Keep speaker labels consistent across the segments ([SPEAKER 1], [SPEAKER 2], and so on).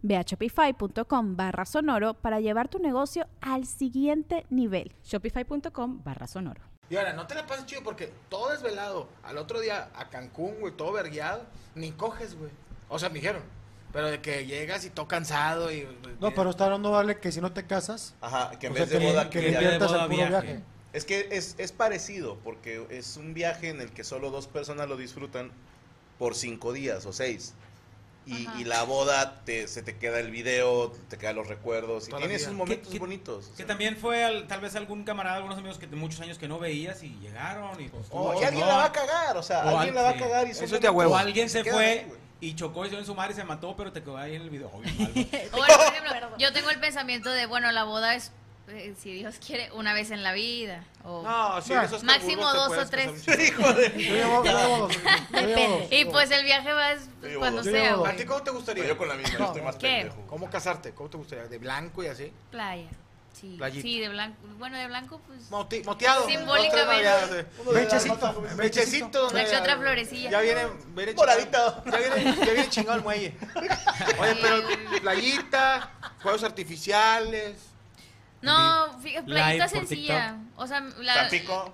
[SPEAKER 1] Ve a shopify.com barra sonoro para llevar tu negocio al siguiente nivel.
[SPEAKER 2] Shopify.com barra sonoro.
[SPEAKER 3] Y ahora, no te la pases chido porque todo desvelado. Al otro día a Cancún, güey, todo vergueado. Ni coges, güey. O sea, me dijeron. Pero de que llegas y todo cansado y...
[SPEAKER 4] No, pero está hablando, vale, que si no te casas...
[SPEAKER 5] Ajá, que en
[SPEAKER 4] o
[SPEAKER 5] vez
[SPEAKER 4] sea,
[SPEAKER 5] de
[SPEAKER 4] le-
[SPEAKER 5] boda,
[SPEAKER 4] que
[SPEAKER 5] que
[SPEAKER 4] le
[SPEAKER 5] ya-
[SPEAKER 4] inviertas
[SPEAKER 6] boda,
[SPEAKER 4] al puro
[SPEAKER 6] viaje.
[SPEAKER 4] viaje.
[SPEAKER 5] Es que es, es parecido, porque es un viaje en el que solo dos personas lo disfrutan por cinco días o seis. Y, y la boda te- se te queda el video, te quedan los recuerdos. Y
[SPEAKER 3] Toda la
[SPEAKER 5] tienes
[SPEAKER 3] vida.
[SPEAKER 5] esos
[SPEAKER 6] Que-
[SPEAKER 5] momentos
[SPEAKER 6] que-
[SPEAKER 5] bonitos. o
[SPEAKER 6] Que
[SPEAKER 5] sea.
[SPEAKER 6] también fue al- tal vez algún camarada, algunos amigos que de muchos años que no veías y llegaron y pues,
[SPEAKER 5] O
[SPEAKER 6] estuvo
[SPEAKER 5] y Oh, alguien
[SPEAKER 6] chingón.
[SPEAKER 5] la va a cagar, o sea,
[SPEAKER 6] O
[SPEAKER 5] alguien la va a
[SPEAKER 6] sí.
[SPEAKER 5] cagar y
[SPEAKER 3] Eso es de a huevo.
[SPEAKER 6] O alguien se
[SPEAKER 5] Queda
[SPEAKER 6] fue
[SPEAKER 5] ahí, güey.
[SPEAKER 6] y chocó y se dio en su madre y se mató, pero te quedó ahí en el video. Obvio, mal,
[SPEAKER 7] O, bueno, por ejemplo, yo tengo el pensamiento de, bueno, la boda es, eh, si Dios quiere, una vez en la vida. O...
[SPEAKER 3] No, Ah, sí,
[SPEAKER 4] Nah.
[SPEAKER 3] esos
[SPEAKER 7] Máximo
[SPEAKER 3] carburos te
[SPEAKER 7] dos
[SPEAKER 3] puedes
[SPEAKER 7] o tres.
[SPEAKER 3] pasar un chingo.
[SPEAKER 5] Hijo de-
[SPEAKER 4] Yo llevo- yo llevo dos, yo llevo
[SPEAKER 1] Depende.
[SPEAKER 4] dos.
[SPEAKER 7] Y pues el viaje va es
[SPEAKER 5] Yo llevo
[SPEAKER 7] cuando
[SPEAKER 5] dos.
[SPEAKER 4] Yo
[SPEAKER 7] sea,
[SPEAKER 4] llevo
[SPEAKER 3] ¿A
[SPEAKER 4] dos.
[SPEAKER 7] güey.
[SPEAKER 3] ti cómo te gustaría?
[SPEAKER 5] Pero yo con la misma, yo estoy más
[SPEAKER 7] ¿Qué?
[SPEAKER 5] pendejo.
[SPEAKER 3] ¿Cómo casarte? ¿Cómo te gustaría? ¿De blanco y así?
[SPEAKER 7] Playa. Sí,
[SPEAKER 3] Playita.
[SPEAKER 7] sí, de blanco. Bueno, de blanco, pues.
[SPEAKER 3] Moti- moteado.
[SPEAKER 7] Simbólicamente.
[SPEAKER 3] Dos, tres navidades, sí.
[SPEAKER 8] pues,
[SPEAKER 4] Bechecito, bechecito.
[SPEAKER 3] Pechecito.
[SPEAKER 7] Una que
[SPEAKER 3] donde-
[SPEAKER 7] otra florecilla.
[SPEAKER 3] Ya viene, viene
[SPEAKER 5] Moradito.
[SPEAKER 3] chingado- Ya viene, ya viene chingado el muelle. Oye, pero playita, juegos artificiales.
[SPEAKER 7] No, fíjate,
[SPEAKER 6] Live
[SPEAKER 7] playita
[SPEAKER 6] por
[SPEAKER 7] sencilla. O sea, la.
[SPEAKER 5] Tampico,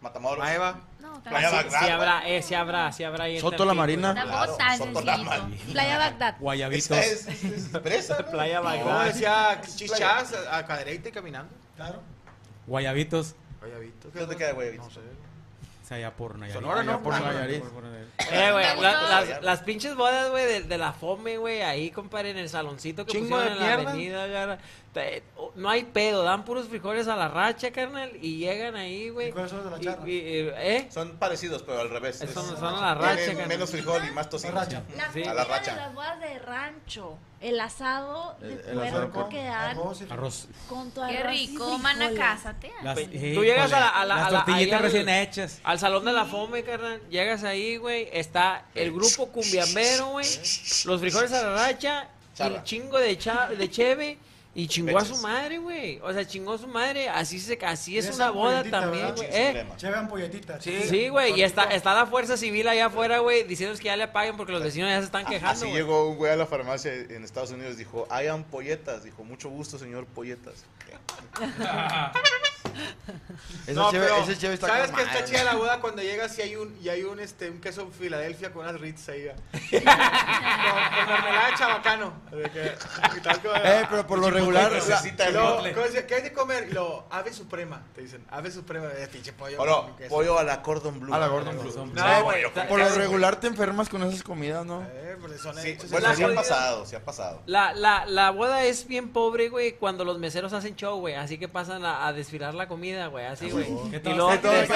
[SPEAKER 5] Matamoros.
[SPEAKER 3] Nueva.
[SPEAKER 7] No,
[SPEAKER 5] Playa
[SPEAKER 7] tampoco-
[SPEAKER 5] Bagdad.
[SPEAKER 8] Sí
[SPEAKER 4] Ah,
[SPEAKER 8] habrá, eh, sí habrá, sí habrá ahí en
[SPEAKER 9] Soto la
[SPEAKER 8] Tampico.
[SPEAKER 9] Marina.
[SPEAKER 7] Tampoco
[SPEAKER 5] Claro,
[SPEAKER 7] tan
[SPEAKER 5] son todas
[SPEAKER 7] sencillito.
[SPEAKER 5] malas.
[SPEAKER 1] Playa Bagdad.
[SPEAKER 6] Guayabitos.
[SPEAKER 5] Esa es, es, es presa, ¿no?
[SPEAKER 8] Playa
[SPEAKER 3] No,
[SPEAKER 8] Bagdad.
[SPEAKER 3] decía chichas a, a cadereita y caminando.
[SPEAKER 4] Claro.
[SPEAKER 6] Guayabitos.
[SPEAKER 3] Guayabito. ¿qué
[SPEAKER 5] ¿Dónde
[SPEAKER 3] es?
[SPEAKER 5] queda Guayabito?
[SPEAKER 3] No sé.
[SPEAKER 6] O sea, allá por Nayarit.
[SPEAKER 3] Sonora, ¿no?
[SPEAKER 6] Allá por
[SPEAKER 3] Ah,
[SPEAKER 6] Nayarit.
[SPEAKER 9] Nayarit.
[SPEAKER 8] Eh, güey,
[SPEAKER 7] Me
[SPEAKER 8] la-
[SPEAKER 7] gustó.
[SPEAKER 8] las, las pinches bodas, güey, de, de la fome, güey, ahí, compadre, en el saloncito que
[SPEAKER 3] Chingo de
[SPEAKER 8] pusieron en la
[SPEAKER 3] mierda.
[SPEAKER 8] avenida, cara. Te- o- No hay pedo, dan puros frijoles a la racha, carnal, y llegan ahí, güey.
[SPEAKER 4] ¿Y cuáles son los de la
[SPEAKER 8] Y-
[SPEAKER 4] charra?
[SPEAKER 8] y- y- ¿Eh?
[SPEAKER 5] Son parecidos, pero al revés.
[SPEAKER 8] Son-
[SPEAKER 5] Es-
[SPEAKER 8] son a la
[SPEAKER 5] tienen
[SPEAKER 8] racha, carnal.
[SPEAKER 5] Menos frijol y más tocino.
[SPEAKER 4] racha.
[SPEAKER 10] La
[SPEAKER 8] Sí.
[SPEAKER 10] comida
[SPEAKER 5] A la
[SPEAKER 10] de
[SPEAKER 5] racha.
[SPEAKER 10] las bodas de rancho, el asado de
[SPEAKER 9] El- Eh, el asado
[SPEAKER 10] puerco
[SPEAKER 9] con-
[SPEAKER 10] que dan
[SPEAKER 4] Arroz y-
[SPEAKER 6] Arroz.
[SPEAKER 10] con tu
[SPEAKER 7] Qué
[SPEAKER 10] arroz y
[SPEAKER 7] rico, mana,
[SPEAKER 10] frijoles.
[SPEAKER 7] cásate.
[SPEAKER 6] Las-
[SPEAKER 8] Tú
[SPEAKER 6] híjole,
[SPEAKER 8] llegas a la- a la-
[SPEAKER 6] las
[SPEAKER 8] a la-
[SPEAKER 6] tortillitas
[SPEAKER 8] ahí al-
[SPEAKER 6] recién hechas.
[SPEAKER 8] Al salón de la fome, carnal, llegas ahí, güey, está el grupo cumbiambero, güey, los frijoles a la racha,
[SPEAKER 5] Charra.
[SPEAKER 8] el chingo de, cha- de cheve, y chingó a su
[SPEAKER 5] Leches.
[SPEAKER 8] madre, güey. O sea, chingó a su madre, así, se, así es
[SPEAKER 4] esa
[SPEAKER 8] una boda
[SPEAKER 4] polentita,
[SPEAKER 8] también,
[SPEAKER 4] ¿verdad?
[SPEAKER 8] güey.
[SPEAKER 5] Sin
[SPEAKER 8] ¿eh?
[SPEAKER 5] crema.
[SPEAKER 4] Llevan polletitas.
[SPEAKER 8] Sí, güey, y está, está la fuerza civil allá afuera, güey, diciéndoles que ya le apaguen porque los vecinos ya se están quejando,
[SPEAKER 5] Así
[SPEAKER 8] güey.
[SPEAKER 5] llegó un güey a la farmacia en Estados Unidos dijo, hay ampolletas. Dijo, mucho gusto, señor Polletas.
[SPEAKER 9] Ese
[SPEAKER 3] No,
[SPEAKER 9] cheve-
[SPEAKER 3] pero,
[SPEAKER 9] ese cheve está
[SPEAKER 3] ¿Sabes
[SPEAKER 9] con
[SPEAKER 3] que está
[SPEAKER 9] madre.
[SPEAKER 3] chida la boda cuando llegas y hay un, y hay un, este, un queso Filadelfia con unas Ritz ahí? ah? con, con mermelada de chabacano. De que- y tal, como-
[SPEAKER 9] Eh, pero por lo regular, la-
[SPEAKER 5] Necesita
[SPEAKER 3] Y
[SPEAKER 5] el
[SPEAKER 3] luego,
[SPEAKER 5] lote.
[SPEAKER 3] ¿cómo dice? ¿Qué hay de comer? Y Lo, ave suprema, te dicen. Ave suprema, eh, pinche pollo.
[SPEAKER 5] O
[SPEAKER 3] con
[SPEAKER 5] no,
[SPEAKER 3] queso.
[SPEAKER 5] pollo a la Gordon Blue.
[SPEAKER 9] A la Gordon Blue.
[SPEAKER 6] Son-
[SPEAKER 3] No,
[SPEAKER 5] güey,
[SPEAKER 3] güey.
[SPEAKER 5] yo como
[SPEAKER 9] por lo
[SPEAKER 5] queso, güey.
[SPEAKER 9] regular te enfermas con esas comidas, ¿no?
[SPEAKER 3] Eh, pues son
[SPEAKER 5] Sí,
[SPEAKER 3] hechos
[SPEAKER 5] bueno,
[SPEAKER 3] en-
[SPEAKER 5] sí ha pasado, sí ha pasado.
[SPEAKER 8] La, la, la boda es bien pobre, güey, cuando los meseros hacen show, güey. Así que pasan a, a desfilar la comida, güey. Así, güey.
[SPEAKER 6] Que
[SPEAKER 8] Y
[SPEAKER 6] todos-
[SPEAKER 8] luego-
[SPEAKER 6] que todos-
[SPEAKER 8] Es-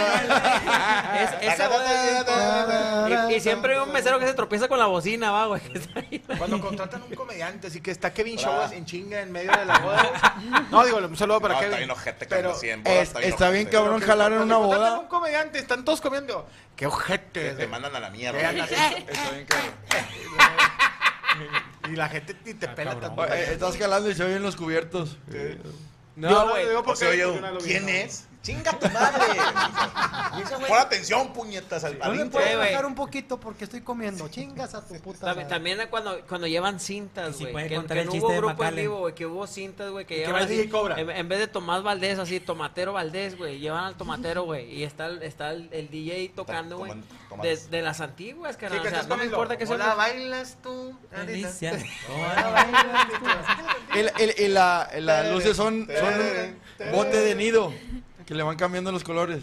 [SPEAKER 8] esa boda- y, y siempre hay un mesero que se tropieza con la bocina, va, güey.
[SPEAKER 3] Cuando contratan un comediante, así que está Kevin
[SPEAKER 5] Hola.
[SPEAKER 3] Showas en chinga en medio de la boda. güey. No, digo, un saludo para
[SPEAKER 5] No,
[SPEAKER 3] Kevin.
[SPEAKER 5] está bien ojete cuando
[SPEAKER 3] pero,
[SPEAKER 5] sí, en boda
[SPEAKER 9] Es- está bien
[SPEAKER 5] ojete.
[SPEAKER 9] cabrón jalar en
[SPEAKER 3] cuando
[SPEAKER 9] una
[SPEAKER 3] contratan a
[SPEAKER 9] boda.
[SPEAKER 3] un comediante, están todos comiendo. ¡Qué ojete!
[SPEAKER 5] Te, te mandan a la mierda.
[SPEAKER 3] Eh,
[SPEAKER 9] Está bien cabrón.
[SPEAKER 3] Y la gente ni te
[SPEAKER 6] Ah,
[SPEAKER 3] pela
[SPEAKER 6] cabrón.
[SPEAKER 3] tanto.
[SPEAKER 9] Eh, Estás jalando y se oyen los cubiertos. Eh,
[SPEAKER 3] Yo
[SPEAKER 8] No,
[SPEAKER 3] lo
[SPEAKER 8] güey.
[SPEAKER 3] digo
[SPEAKER 5] O
[SPEAKER 3] porque-
[SPEAKER 5] sea, oye,
[SPEAKER 3] porque no lo vi,
[SPEAKER 5] ¿quién
[SPEAKER 3] no.
[SPEAKER 5] es? ¡Chinga tu madre! Pon atención, puñetas, al
[SPEAKER 4] No le
[SPEAKER 5] al-
[SPEAKER 8] Sí,
[SPEAKER 4] puedes
[SPEAKER 8] güey.
[SPEAKER 4] bajar un poquito porque estoy comiendo. Chingas a tu puta.
[SPEAKER 8] También,
[SPEAKER 4] madre.
[SPEAKER 8] también cuando, cuando llevan cintas,
[SPEAKER 6] Y si
[SPEAKER 8] güey.
[SPEAKER 6] puede
[SPEAKER 8] que
[SPEAKER 6] contar
[SPEAKER 8] que
[SPEAKER 6] el
[SPEAKER 8] no
[SPEAKER 6] chiste
[SPEAKER 8] hubo
[SPEAKER 6] de
[SPEAKER 8] grupo en
[SPEAKER 6] Macallen.
[SPEAKER 8] vivo, güey. Que hubo cintas, güey. Que
[SPEAKER 3] que
[SPEAKER 8] llevan.
[SPEAKER 3] va el
[SPEAKER 8] así-
[SPEAKER 3] DJ Cobra.
[SPEAKER 8] En, en vez de Tomás Valdés, así, Tomatero Valdés, güey. Llevan al Tomatero, güey. Y está, el- está el, el DJ tocando, güey.
[SPEAKER 5] tomando
[SPEAKER 8] De,
[SPEAKER 5] tomates.
[SPEAKER 8] de las antiguas,
[SPEAKER 3] Sí,
[SPEAKER 8] carnal.
[SPEAKER 3] que
[SPEAKER 8] o sea,
[SPEAKER 3] estás
[SPEAKER 8] no me
[SPEAKER 3] comiendo.
[SPEAKER 8] importa que sea.
[SPEAKER 3] Hola, bailas tú.
[SPEAKER 5] Ah,
[SPEAKER 6] Delicia.
[SPEAKER 9] El, el, el- la- el- las luces son, son un bote de nido que le van cambiando los colores.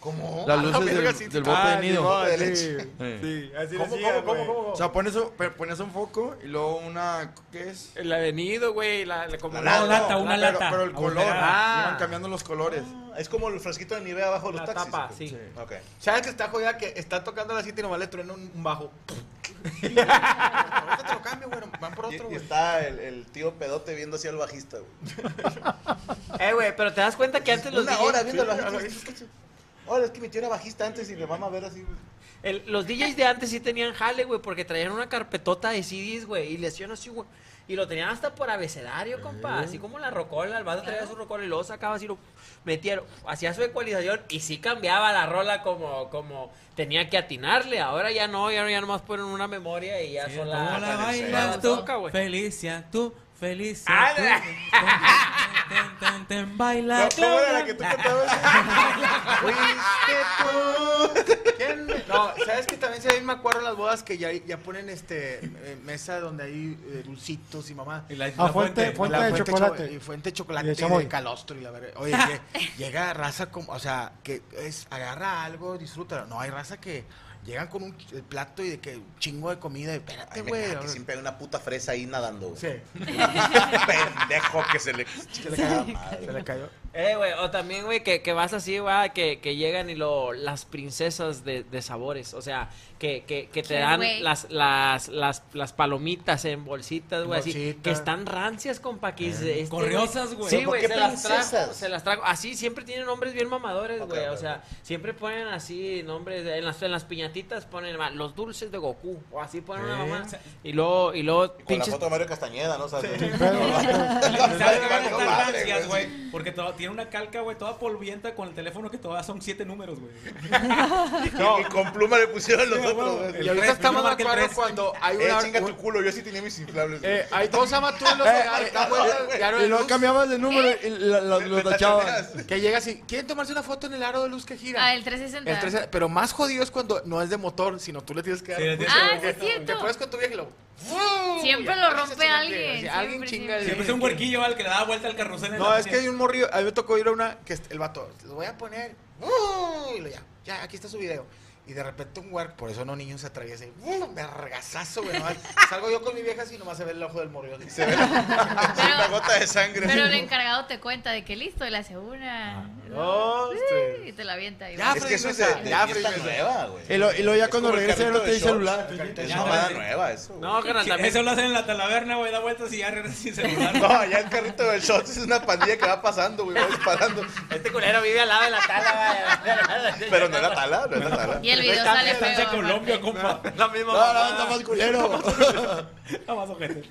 [SPEAKER 3] ¿Cómo?
[SPEAKER 9] Las
[SPEAKER 3] A
[SPEAKER 5] Ah,
[SPEAKER 3] la
[SPEAKER 9] luces
[SPEAKER 3] verga,
[SPEAKER 9] del,
[SPEAKER 3] sí.
[SPEAKER 9] del bote de nido.
[SPEAKER 5] de
[SPEAKER 11] sí,
[SPEAKER 5] leche.
[SPEAKER 9] Eh.
[SPEAKER 11] sí, así
[SPEAKER 3] ¿Cómo,
[SPEAKER 11] decía,
[SPEAKER 3] cómo, cómo,
[SPEAKER 11] güey.
[SPEAKER 3] cómo?
[SPEAKER 9] O sea, pones, un- pe- ponías un foco y luego una. ¿Qué es?
[SPEAKER 8] El avenido, güey. La, la- como
[SPEAKER 5] La
[SPEAKER 8] una
[SPEAKER 5] lata,
[SPEAKER 8] lata, una
[SPEAKER 9] pero,
[SPEAKER 8] lata. Ah.
[SPEAKER 9] Pero el color.
[SPEAKER 8] agujerada.
[SPEAKER 3] Ah.
[SPEAKER 9] Iban cambiando los colores.
[SPEAKER 5] Es como el frasquito de nieve abajo de los
[SPEAKER 8] La
[SPEAKER 5] taxis.
[SPEAKER 8] tapa,
[SPEAKER 5] ¿o qué?
[SPEAKER 8] sí.
[SPEAKER 5] Ok.
[SPEAKER 3] ¿Sabes que está jodida que está tocando la cita y nomás le truena un un bajo? Ahorita te lo cambio, güey. Van por
[SPEAKER 5] Y,
[SPEAKER 3] otro,
[SPEAKER 5] y
[SPEAKER 3] güey.
[SPEAKER 5] está el, el tío pedote viendo así al bajista, güey.
[SPEAKER 8] Eh, güey, pero te das cuenta que antes los
[SPEAKER 5] Una
[SPEAKER 8] DJs
[SPEAKER 5] hora viendo al bajista. este Ahora es que mi tío era bajista antes y me van a ver así, güey.
[SPEAKER 8] el- los DJs de antes sí tenían jale, güey, porque traían una carpetota de CDs, güey, y le hacían así, güey. Y lo tenían hasta por abecedario, compa. Así como la rocola, el vato traía su rocola y luego sacaba así, lo metía, hacía su ecualización y sí cambiaba la rola como, como tenía que atinarle. Ahora ya no, ya, no- ya nomás ponen una memoria y ya
[SPEAKER 6] Sí,
[SPEAKER 8] son
[SPEAKER 6] ¿cómo
[SPEAKER 8] la,
[SPEAKER 6] la
[SPEAKER 8] la-
[SPEAKER 6] bailas
[SPEAKER 8] la
[SPEAKER 6] tú?
[SPEAKER 8] toca, güey.
[SPEAKER 6] Felicia, tú, Felicia.
[SPEAKER 8] Ah,
[SPEAKER 6] tú.
[SPEAKER 8] la-
[SPEAKER 6] Ten, ten, ten, ten,
[SPEAKER 8] Ah,
[SPEAKER 6] baila.
[SPEAKER 5] ¿Cómo era la que tú cantabas?
[SPEAKER 3] Fuiste tú. ¿Quién me- No, ¿sabes que también se ve, me acuerdo en las bodas que ya, ya ponen este eh, mesa donde hay eh, dulcitos y mamá.
[SPEAKER 6] Y la-
[SPEAKER 4] Ah,
[SPEAKER 6] la
[SPEAKER 4] fuente,
[SPEAKER 3] La
[SPEAKER 4] fuente de
[SPEAKER 3] cho-
[SPEAKER 4] chocolate.
[SPEAKER 3] Y fuente de chocolate
[SPEAKER 4] Y
[SPEAKER 3] y
[SPEAKER 4] de
[SPEAKER 3] de,
[SPEAKER 4] chamoy.
[SPEAKER 3] calostro y la verga. Oye, que llega raza como, o sea, que es, agarra algo, disfrútalo. No, hay raza que llegan con un ch- el plato y de que un chingo de comida y espérate,
[SPEAKER 5] Ay, me
[SPEAKER 3] güey.
[SPEAKER 5] caga que siempre hay una puta fresa ahí nadando, güey.
[SPEAKER 3] Sí,
[SPEAKER 5] Pendejo que se le... Se le caga la madre.
[SPEAKER 3] se le cayó.
[SPEAKER 8] Eh, güey, o también, güey, que, que vas así, güey, que, que llegan y lo, las princesas de, de sabores, o sea, que, que, que te
[SPEAKER 7] ¿Qué,
[SPEAKER 8] dan
[SPEAKER 7] güey?
[SPEAKER 8] las, las, las, las palomitas en bolsitas, güey, así,
[SPEAKER 3] Bolsita.
[SPEAKER 8] que están rancias, compa, que dices, este,
[SPEAKER 6] corriosas, güey.
[SPEAKER 8] Sí,
[SPEAKER 5] Eh. ¿Pero por
[SPEAKER 8] güey,
[SPEAKER 5] qué
[SPEAKER 8] se las trajo,
[SPEAKER 5] princesas?
[SPEAKER 8] se las trajo, así, siempre tienen nombres bien mamadores,
[SPEAKER 5] Ok,
[SPEAKER 8] güey,
[SPEAKER 5] ok,
[SPEAKER 8] o sea, siempre ponen así nombres, de- en las, en las piñatitas ponen ma, los dulces de Goku, o así ponen una mamá, y luego, y luego,
[SPEAKER 5] Y Con la
[SPEAKER 8] pinches,
[SPEAKER 5] foto de Mario Castañeda, ¿no? O sea,
[SPEAKER 6] ¿Sabes que van a
[SPEAKER 5] Valió
[SPEAKER 6] estar
[SPEAKER 5] madre,
[SPEAKER 6] rancias,
[SPEAKER 5] güey.
[SPEAKER 6] güey? Porque todo- tiene una calca, güey, toda polvienta con el teléfono que todavía son siete números, güey.
[SPEAKER 5] Y con pluma le pusieron los
[SPEAKER 6] Sí,
[SPEAKER 5] otros,
[SPEAKER 6] huevo.
[SPEAKER 5] güey.
[SPEAKER 3] Y
[SPEAKER 6] El
[SPEAKER 3] ahorita
[SPEAKER 6] tres,
[SPEAKER 3] estamos de
[SPEAKER 6] primero marca el
[SPEAKER 3] acuerdo
[SPEAKER 6] tres.
[SPEAKER 3] cuando hay
[SPEAKER 5] Eh,
[SPEAKER 3] una.
[SPEAKER 5] chinga tu
[SPEAKER 3] un-
[SPEAKER 5] culo, yo sí tenía mis inflables. güey.
[SPEAKER 3] eh, hay dos amas tú en los cigarros, ¿te acuerdas? Ya no
[SPEAKER 9] Y
[SPEAKER 3] hay
[SPEAKER 9] luego
[SPEAKER 3] luz.
[SPEAKER 9] cambiabas de número y la- la- lo tachabas.
[SPEAKER 3] Que llega así, quieren tomarse una foto en el aro de luz que gira.
[SPEAKER 7] Ah, el 360.
[SPEAKER 3] El 13, pero más jodido es cuando no es de motor, sino tú le tienes que dar.
[SPEAKER 6] Sí, le tienes
[SPEAKER 7] que Ah, dar sí, es vuelta,
[SPEAKER 3] Te
[SPEAKER 7] cierto.
[SPEAKER 3] pones con tu vieja y lo.
[SPEAKER 7] Siempre
[SPEAKER 3] Y
[SPEAKER 7] lo
[SPEAKER 3] ahora se
[SPEAKER 7] rompe
[SPEAKER 3] chinga el
[SPEAKER 7] alguien,
[SPEAKER 3] pie, o sea,
[SPEAKER 7] siempre,
[SPEAKER 3] alguien chinga el-
[SPEAKER 6] Siempre es un huerquillo al que le da vuelta al carrusel. en
[SPEAKER 3] No,
[SPEAKER 6] la
[SPEAKER 3] es que hay un morrillo. A mí me tocó ir a una que est- el vato, lo voy a poner. ¡uh! Y lo ya, ya, aquí está su video. Y de repente un huerco, por eso no niños se atraviesa. y, ¡uh! Vergazazo, güey. nomás. Salgo yo con mi vieja así nomás se ve el ojo del morrillo. así.
[SPEAKER 5] Una gota de sangre.
[SPEAKER 7] Pero el encargado te cuenta de que listo, y le hace una.
[SPEAKER 3] Dos, tres.
[SPEAKER 7] Y te la avienta. y
[SPEAKER 3] Ya,
[SPEAKER 7] va.
[SPEAKER 5] Es que eso es de, de
[SPEAKER 3] Ya,
[SPEAKER 5] fiesta
[SPEAKER 3] Freddy,
[SPEAKER 5] nueva, güey.
[SPEAKER 9] Y lo- y luego ya
[SPEAKER 5] Es
[SPEAKER 9] cuando
[SPEAKER 5] como el
[SPEAKER 9] regresa ya no
[SPEAKER 5] carrito
[SPEAKER 9] te
[SPEAKER 5] de
[SPEAKER 9] dice
[SPEAKER 5] shorts.
[SPEAKER 9] celular.
[SPEAKER 5] Es
[SPEAKER 6] Ya,
[SPEAKER 5] mamada
[SPEAKER 6] ya.
[SPEAKER 5] nueva eso. güey.
[SPEAKER 8] no, carnal,
[SPEAKER 6] Sí,
[SPEAKER 8] también,
[SPEAKER 6] Eso lo hacen en la talaverna, güey, da vueltas y ya regresa sin celular.
[SPEAKER 5] No, ya el carrito del shorts es una pandilla que va pasando, güey, va disparando.
[SPEAKER 8] este culero vive al lado de la tala, güey.
[SPEAKER 5] Pero no era tala, no era tala.
[SPEAKER 7] Y el video
[SPEAKER 8] Está
[SPEAKER 7] sale
[SPEAKER 8] bien,
[SPEAKER 6] Distancia
[SPEAKER 7] feo.
[SPEAKER 6] Colombia, compa.
[SPEAKER 8] La misma
[SPEAKER 9] No,
[SPEAKER 8] mamá.
[SPEAKER 9] no, está más culero.
[SPEAKER 6] Está más ojete.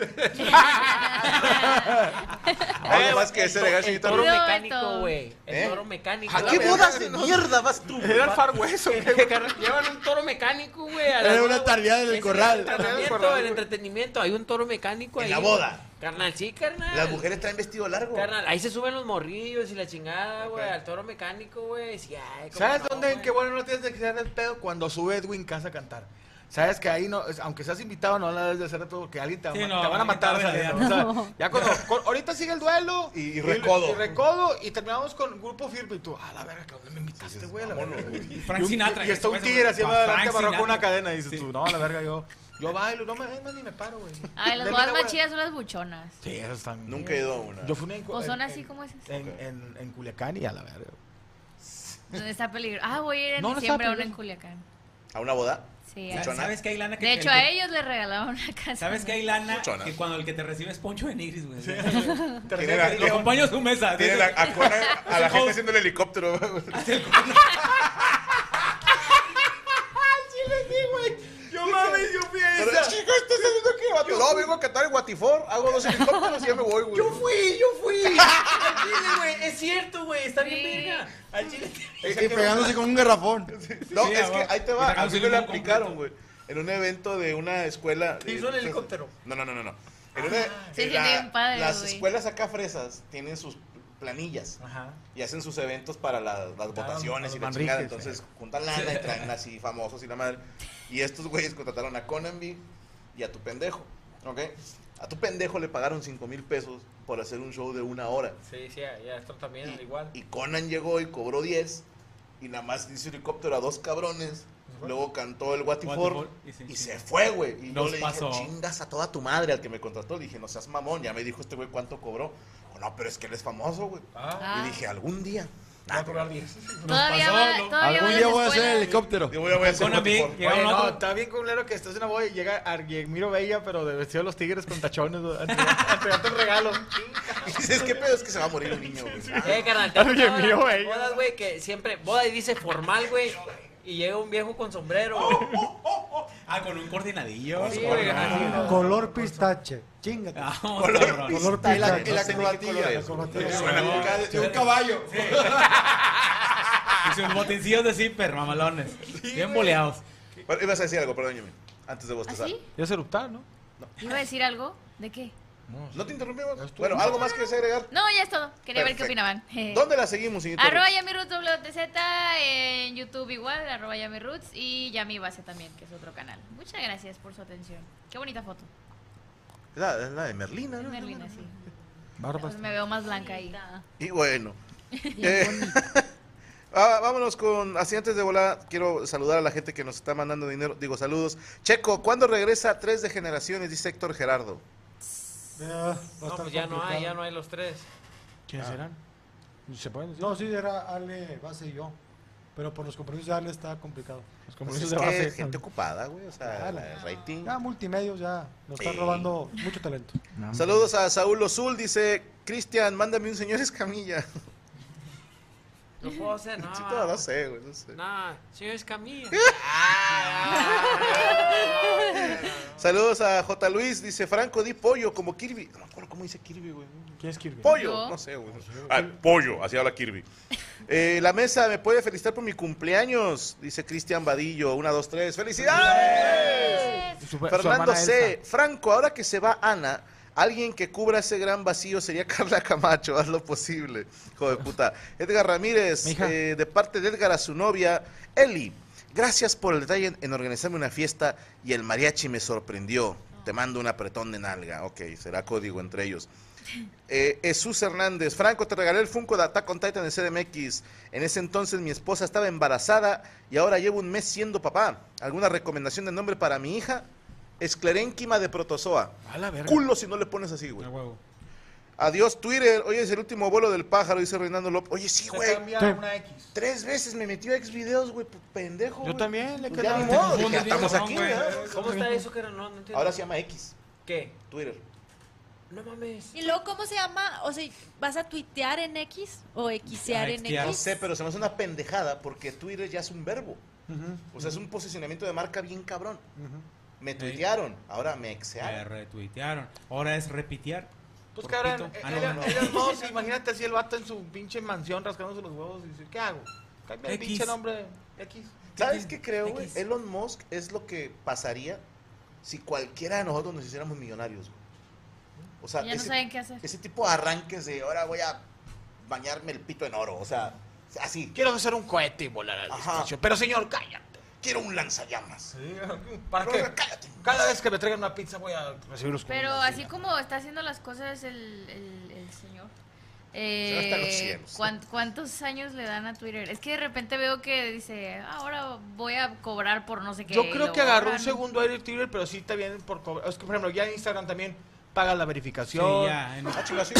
[SPEAKER 5] Algo más que ese de
[SPEAKER 8] Eh, El
[SPEAKER 5] García
[SPEAKER 8] toro
[SPEAKER 7] No,
[SPEAKER 8] mecánico,
[SPEAKER 7] esto.
[SPEAKER 8] güey.
[SPEAKER 5] ¿Eh?
[SPEAKER 8] El toro mecánico.
[SPEAKER 5] ¿A qué bodas de mierda vas tú? güey?
[SPEAKER 3] Era el far hueso, güey.
[SPEAKER 8] Llevan un toro mecánico, güey. a la
[SPEAKER 9] Era
[SPEAKER 8] boda,
[SPEAKER 9] una tardía del
[SPEAKER 8] güey. Ese
[SPEAKER 9] corral.
[SPEAKER 8] Es el entretenimiento, el entretenimiento. Hay un toro mecánico
[SPEAKER 5] En
[SPEAKER 8] ahí.
[SPEAKER 5] la
[SPEAKER 8] güey.
[SPEAKER 5] boda.
[SPEAKER 8] Carnal, sí, carnal.
[SPEAKER 5] Las mujeres traen vestido largo.
[SPEAKER 8] Carnal, ahí se suben los morrillos y la chingada, güey. Al toro mecánico, güey. Sí, ay, cómo
[SPEAKER 3] ¿Sabes
[SPEAKER 8] no,
[SPEAKER 3] dónde? En
[SPEAKER 8] güey.
[SPEAKER 3] qué bueno no tienes que hacer el pedo cuando sube Edwin Casa a cantar. Sabes que ahí no, es- aunque seas invitado, no la debes de hacer de todo, porque alguien te, va a
[SPEAKER 6] Sí,
[SPEAKER 3] ma-
[SPEAKER 6] no,
[SPEAKER 3] te van a matar.
[SPEAKER 6] invitado
[SPEAKER 3] saliendo,
[SPEAKER 6] de
[SPEAKER 3] o sea, ya cuando, con- ahorita sigue el duelo
[SPEAKER 5] Y- y recodo.
[SPEAKER 3] Y, recodo y terminamos con grupo firme. Y tú, a la verga, ¿que dónde me
[SPEAKER 5] "Este
[SPEAKER 3] invitaste, güey? a la verga?"
[SPEAKER 6] Y
[SPEAKER 3] Y
[SPEAKER 6] Frank
[SPEAKER 3] un-
[SPEAKER 6] Sinatra.
[SPEAKER 3] Y está un
[SPEAKER 6] güey,
[SPEAKER 3] tigre así
[SPEAKER 6] Frank
[SPEAKER 3] adelante,
[SPEAKER 6] Sinatra.
[SPEAKER 3] barrocó una cadena. Y dices
[SPEAKER 6] Sí.
[SPEAKER 3] tú, no, a la verga, yo, yo bailo, no me, es más, ni me paro, güey.
[SPEAKER 7] Ay, las
[SPEAKER 3] Denme
[SPEAKER 7] bodas
[SPEAKER 3] una
[SPEAKER 7] más
[SPEAKER 3] buena-
[SPEAKER 7] chidas son las buchonas.
[SPEAKER 3] Sí, esas están.
[SPEAKER 5] Nunca he ido a una.
[SPEAKER 3] Yo fui una en-
[SPEAKER 7] O son
[SPEAKER 3] en-
[SPEAKER 7] así
[SPEAKER 3] en-
[SPEAKER 7] como esas.
[SPEAKER 3] En, en, en Culiacán y a la verga.
[SPEAKER 7] Donde está peligro. Ah, voy a ir en
[SPEAKER 3] No, no está
[SPEAKER 7] diciembre a una
[SPEAKER 3] peligroso.
[SPEAKER 7] en Culiacán.
[SPEAKER 5] ¿A una boda?
[SPEAKER 7] Sí,
[SPEAKER 6] Sa-
[SPEAKER 7] ahí.
[SPEAKER 5] Buchona.
[SPEAKER 6] ¿Sabes que hay lana que
[SPEAKER 7] De
[SPEAKER 6] que-
[SPEAKER 7] hecho, a ellos les regalaron una casa.
[SPEAKER 6] ¿Sabes que hay lana
[SPEAKER 5] Buchona.
[SPEAKER 6] que cuando el que te recibe es Poncho Benigris, güey?
[SPEAKER 5] Tienen
[SPEAKER 6] Y lo
[SPEAKER 5] a,
[SPEAKER 6] acompaño a su mesa.
[SPEAKER 5] tienen a, a Conan- a la gente haciendo el helicóptero.
[SPEAKER 3] Yo mames, yo fui a
[SPEAKER 5] Pero, chico, ¿estás haciendo qué, vato? No, vengo a cantar en Guatifor, hago dos helicópteros y ya me voy, güey. Yo
[SPEAKER 8] Fui, yo fui. Al chile, güey. Es cierto, güey. Está bien,
[SPEAKER 7] Sí.
[SPEAKER 8] verga. Al chile.
[SPEAKER 9] Y y pegándose con un garrafón.
[SPEAKER 5] No,
[SPEAKER 6] Sí,
[SPEAKER 5] es
[SPEAKER 6] ah,
[SPEAKER 5] que
[SPEAKER 6] va.
[SPEAKER 5] ahí te
[SPEAKER 6] Y
[SPEAKER 5] va.
[SPEAKER 6] sacaron
[SPEAKER 5] A mí
[SPEAKER 6] su
[SPEAKER 5] me la
[SPEAKER 6] limón
[SPEAKER 5] aplicaron, güey. En un evento de una escuela.
[SPEAKER 8] Te
[SPEAKER 5] de-
[SPEAKER 8] hizo el helicóptero.
[SPEAKER 5] No, no, no, no. no. En una-
[SPEAKER 7] Sí,
[SPEAKER 5] en
[SPEAKER 7] sí, bien padre,
[SPEAKER 5] las
[SPEAKER 7] güey.
[SPEAKER 5] escuelas acá fresas tienen sus planillas
[SPEAKER 6] Ajá.
[SPEAKER 5] y hacen sus eventos para la- las votaciones
[SPEAKER 3] los
[SPEAKER 5] y la
[SPEAKER 3] Manriques,
[SPEAKER 5] chingada.
[SPEAKER 3] eh.
[SPEAKER 5] Entonces juntan lana y traen así famosos y la madre. Y estos güeyes contrataron a Conanby y a tu pendejo. ¿Ok? A tu pendejo le pagaron 5 mil pesos por hacer un show de una hora.
[SPEAKER 8] Sí, sí, ya, esto también,
[SPEAKER 5] Y, y Conan llegó y cobró 10 y nada más hizo helicóptero a dos cabrones. Luego cantó el Guatifol
[SPEAKER 6] What the fuck, y se-
[SPEAKER 5] y se fue, güey. Y yo
[SPEAKER 6] Nos
[SPEAKER 5] le
[SPEAKER 6] pasó.
[SPEAKER 5] dije, chingas a toda tu madre al que me contrató. Le dije, no seas mamón. Ya me dijo este güey cuánto cobró. "Oh, no, pero es que él es famoso, güey.
[SPEAKER 7] Ah.
[SPEAKER 5] Y dije, algún día. Va a cobrar 10.
[SPEAKER 7] Todavía va- todavía va
[SPEAKER 9] Algún
[SPEAKER 7] a
[SPEAKER 9] día
[SPEAKER 7] las
[SPEAKER 9] voy a hacer
[SPEAKER 7] escuelas.
[SPEAKER 9] el helicóptero.
[SPEAKER 5] Yo voy a voy a hacer
[SPEAKER 6] Con a mí,
[SPEAKER 5] Guatifol.
[SPEAKER 6] Llega
[SPEAKER 3] Oye,
[SPEAKER 6] un
[SPEAKER 3] no,
[SPEAKER 6] otro.
[SPEAKER 3] está bien culero que estás en una boda y llega Arguiemiro Bella, pero de vestido de los tigres con tachones, güey, a entregar- a entregarte el regalo.
[SPEAKER 5] Y dices, ¿qué pedo es que se va a morir un niño, güey? Ah,
[SPEAKER 8] Eh, carnal, te han
[SPEAKER 3] Alguien
[SPEAKER 8] tocado
[SPEAKER 3] vio,
[SPEAKER 8] las
[SPEAKER 3] güey.
[SPEAKER 8] Bodas, güey, que siempre. Boda y dice formal, güey. Y llega un viejo con sombrero, güey.
[SPEAKER 6] Ah, con un coordinadillo.
[SPEAKER 8] Sí, güey.
[SPEAKER 4] Color pistache. Chingate.
[SPEAKER 6] Ah,
[SPEAKER 5] Color
[SPEAKER 6] cabrón.
[SPEAKER 4] Color
[SPEAKER 5] pista y la, y la
[SPEAKER 4] No
[SPEAKER 3] sé ni qué
[SPEAKER 5] corbatilla.
[SPEAKER 3] color es.
[SPEAKER 5] Sí, Suena
[SPEAKER 6] No.
[SPEAKER 5] como acá de- de un
[SPEAKER 9] caballo.
[SPEAKER 6] Y sus botincillos de zipper, mamalones. Bien
[SPEAKER 5] güey.
[SPEAKER 6] boleados.
[SPEAKER 5] Pero ibas a decir algo, perdón, Jimmy, Antes de bostezar.
[SPEAKER 7] ¿Así?
[SPEAKER 9] Ya se eruptar, ¿no?
[SPEAKER 7] ¿ah, ¿Iba a decir algo? ¿De qué?
[SPEAKER 5] ¿No te
[SPEAKER 9] Ya
[SPEAKER 5] interrumpimos?
[SPEAKER 9] estuvo.
[SPEAKER 5] Bueno, ¿algo más que agregar?
[SPEAKER 7] No, ya es todo. Quería ver qué
[SPEAKER 5] Perfecto.
[SPEAKER 7] opinaban.
[SPEAKER 5] ¿Dónde la seguimos, señorita
[SPEAKER 7] Eh, Arroba
[SPEAKER 5] Ruth?
[SPEAKER 7] YamiRootsWTZ en YouTube igual, arroba YamiRoots y Yami Base también, que es otro canal. Muchas gracias por su atención. Qué bonita foto.
[SPEAKER 5] Es La, es la de Merlina,
[SPEAKER 7] Es
[SPEAKER 5] ¿no?
[SPEAKER 7] Merlina, sí.
[SPEAKER 9] Barbas.
[SPEAKER 7] Me veo más blanca ahí.
[SPEAKER 5] Y bueno. eh, ah, vámonos con. Así antes de volar, quiero saludar a la gente que nos está mandando dinero. Digo, saludos. Checo, ¿cuándo regresa Tres de Generaciones? Dice Héctor Gerardo.
[SPEAKER 8] No, pues ya no hay, ya no hay los tres.
[SPEAKER 3] Ah.
[SPEAKER 9] ¿Quiénes serán? ¿Se pueden decir?
[SPEAKER 4] No, sí, era Ale, base y yo. Pero por los compromisos de Ale está complicado.
[SPEAKER 9] Los
[SPEAKER 5] Pues
[SPEAKER 9] compromisos
[SPEAKER 5] es
[SPEAKER 9] de
[SPEAKER 5] que
[SPEAKER 9] base.
[SPEAKER 5] gente ocupada, güey. O sea,
[SPEAKER 4] Claro.
[SPEAKER 5] el rating.
[SPEAKER 4] Ya multimedios ya nos están
[SPEAKER 5] Sí.
[SPEAKER 4] robando mucho talento.
[SPEAKER 5] Saludos a Saúl Ozul. Dice Cristian, mándame un señor Escamilla.
[SPEAKER 8] No puedo hacer
[SPEAKER 5] No,
[SPEAKER 8] nada.
[SPEAKER 7] Ah.
[SPEAKER 5] no sé, güey. No sé.
[SPEAKER 8] Nada, señor Escamilla.
[SPEAKER 5] Saludos a J. Luis, dice Franco, di pollo como Kirby. No me acuerdo cómo dice Kirby, güey.
[SPEAKER 9] ¿Quién es Kirby?
[SPEAKER 5] Pollo,
[SPEAKER 7] Yo.
[SPEAKER 5] no sé, güey. Ah, pollo, así habla Kirby. Eh, la mesa me puede felicitar por mi cumpleaños, dice Cristian Vadillo. Una, dos, tres, ¡felicidades!
[SPEAKER 9] Su- su
[SPEAKER 5] Fernando
[SPEAKER 9] hermana
[SPEAKER 5] C.
[SPEAKER 9] Elsa.
[SPEAKER 5] Franco, ahora que se va Ana, alguien que cubra ese gran vacío sería Carla Camacho. Haz lo posible, hijo de puta. Edgar Ramírez,
[SPEAKER 9] Mija.
[SPEAKER 5] eh, de parte de Edgar a su novia, Eli. Gracias por el detalle en, en organizarme una fiesta y el mariachi me sorprendió. Te mando un apretón de nalga. Ok, será código entre ellos. Eh, Jesús Hernández, Franco, te regalé el Funko de Attack on Titan en CDMX. En ese entonces mi esposa estaba embarazada y ahora llevo un mes siendo papá. ¿Alguna recomendación de nombre para mi hija? Esclerénquima de protozoa.
[SPEAKER 9] A la verga.
[SPEAKER 5] Culo si no le pones así, güey.
[SPEAKER 6] A huevo.
[SPEAKER 5] Adiós Twitter. Hoy es el último vuelo del pájaro, dice Reinando López. Oye, sí, güey.
[SPEAKER 4] Sí.
[SPEAKER 6] una X.
[SPEAKER 5] Tres veces me metió a Xvideos, güey, pues, pendejo.
[SPEAKER 9] Yo
[SPEAKER 5] güey.
[SPEAKER 9] también le
[SPEAKER 5] Pues ya
[SPEAKER 9] quedaba.
[SPEAKER 5] ni modo, dije,
[SPEAKER 6] confundes,
[SPEAKER 5] ya estamos
[SPEAKER 6] cabrón,
[SPEAKER 5] aquí,
[SPEAKER 6] güey.
[SPEAKER 5] ¿verdad?
[SPEAKER 8] ¿Cómo está eso, que No, no entiendo.
[SPEAKER 5] Ahora se llama X,
[SPEAKER 8] ¿Qué?
[SPEAKER 5] Twitter.
[SPEAKER 8] No mames.
[SPEAKER 10] Y luego, ¿cómo se llama? O sea, ¿vas a tuitear en X o xear
[SPEAKER 6] Ah,
[SPEAKER 10] en
[SPEAKER 6] xear.
[SPEAKER 10] X?
[SPEAKER 5] No sé, pero se me hace una pendejada porque Twitter ya es un verbo. O sea, es un posicionamiento de marca bien cabrón. Me tuitearon, ahora me
[SPEAKER 6] Me
[SPEAKER 5] exearon.
[SPEAKER 6] retuitearon. Ahora es repitear.
[SPEAKER 3] Pues
[SPEAKER 6] Por
[SPEAKER 3] cabrón,
[SPEAKER 6] pito. Ah, no,
[SPEAKER 3] eran,
[SPEAKER 6] no.
[SPEAKER 3] eran dos, imagínate así el vato en su pinche mansión rascándose los huevos y dice, ¿qué hago? Cambia el
[SPEAKER 6] X.
[SPEAKER 3] pinche nombre X.
[SPEAKER 5] ¿Sabes qué creo, güey?
[SPEAKER 6] X.
[SPEAKER 5] Elon Musk es lo que pasaría si cualquiera de nosotros nos hiciéramos millonarios, güey. O sea,
[SPEAKER 7] Ya no
[SPEAKER 5] ese,
[SPEAKER 7] saben qué hacer.
[SPEAKER 5] ese tipo de arranques de ahora voy a bañarme el pito en oro. O sea, así.
[SPEAKER 3] Quiero hacer un cohete y volar al
[SPEAKER 5] Ajá.
[SPEAKER 3] espacio. Pero señor, cállate.
[SPEAKER 5] Quiero un lanzallamas.
[SPEAKER 3] ¿Para qué?
[SPEAKER 5] Brother, cállate.
[SPEAKER 3] Cada vez que me traigan una pizza voy a recibirlos con
[SPEAKER 7] Pero
[SPEAKER 3] una
[SPEAKER 7] así
[SPEAKER 3] silla.
[SPEAKER 7] como está haciendo las cosas el, el- el señor. eh,
[SPEAKER 5] Se va hasta los cielos.
[SPEAKER 7] ¿cuán- ¿Cuántos años le dan a Twitter? Es que de repente veo que dice, ahora voy a cobrar por no sé qué.
[SPEAKER 3] Yo
[SPEAKER 7] y
[SPEAKER 3] creo
[SPEAKER 7] lo
[SPEAKER 3] que agarró un
[SPEAKER 7] borran.
[SPEAKER 3] segundo aire Twitter, pero sí está bien por cobrar. Es que, por ejemplo, ya en Instagram también pagas la
[SPEAKER 6] Sí,
[SPEAKER 3] verificación.
[SPEAKER 6] ya. en-
[SPEAKER 5] Ah, chinga, sí.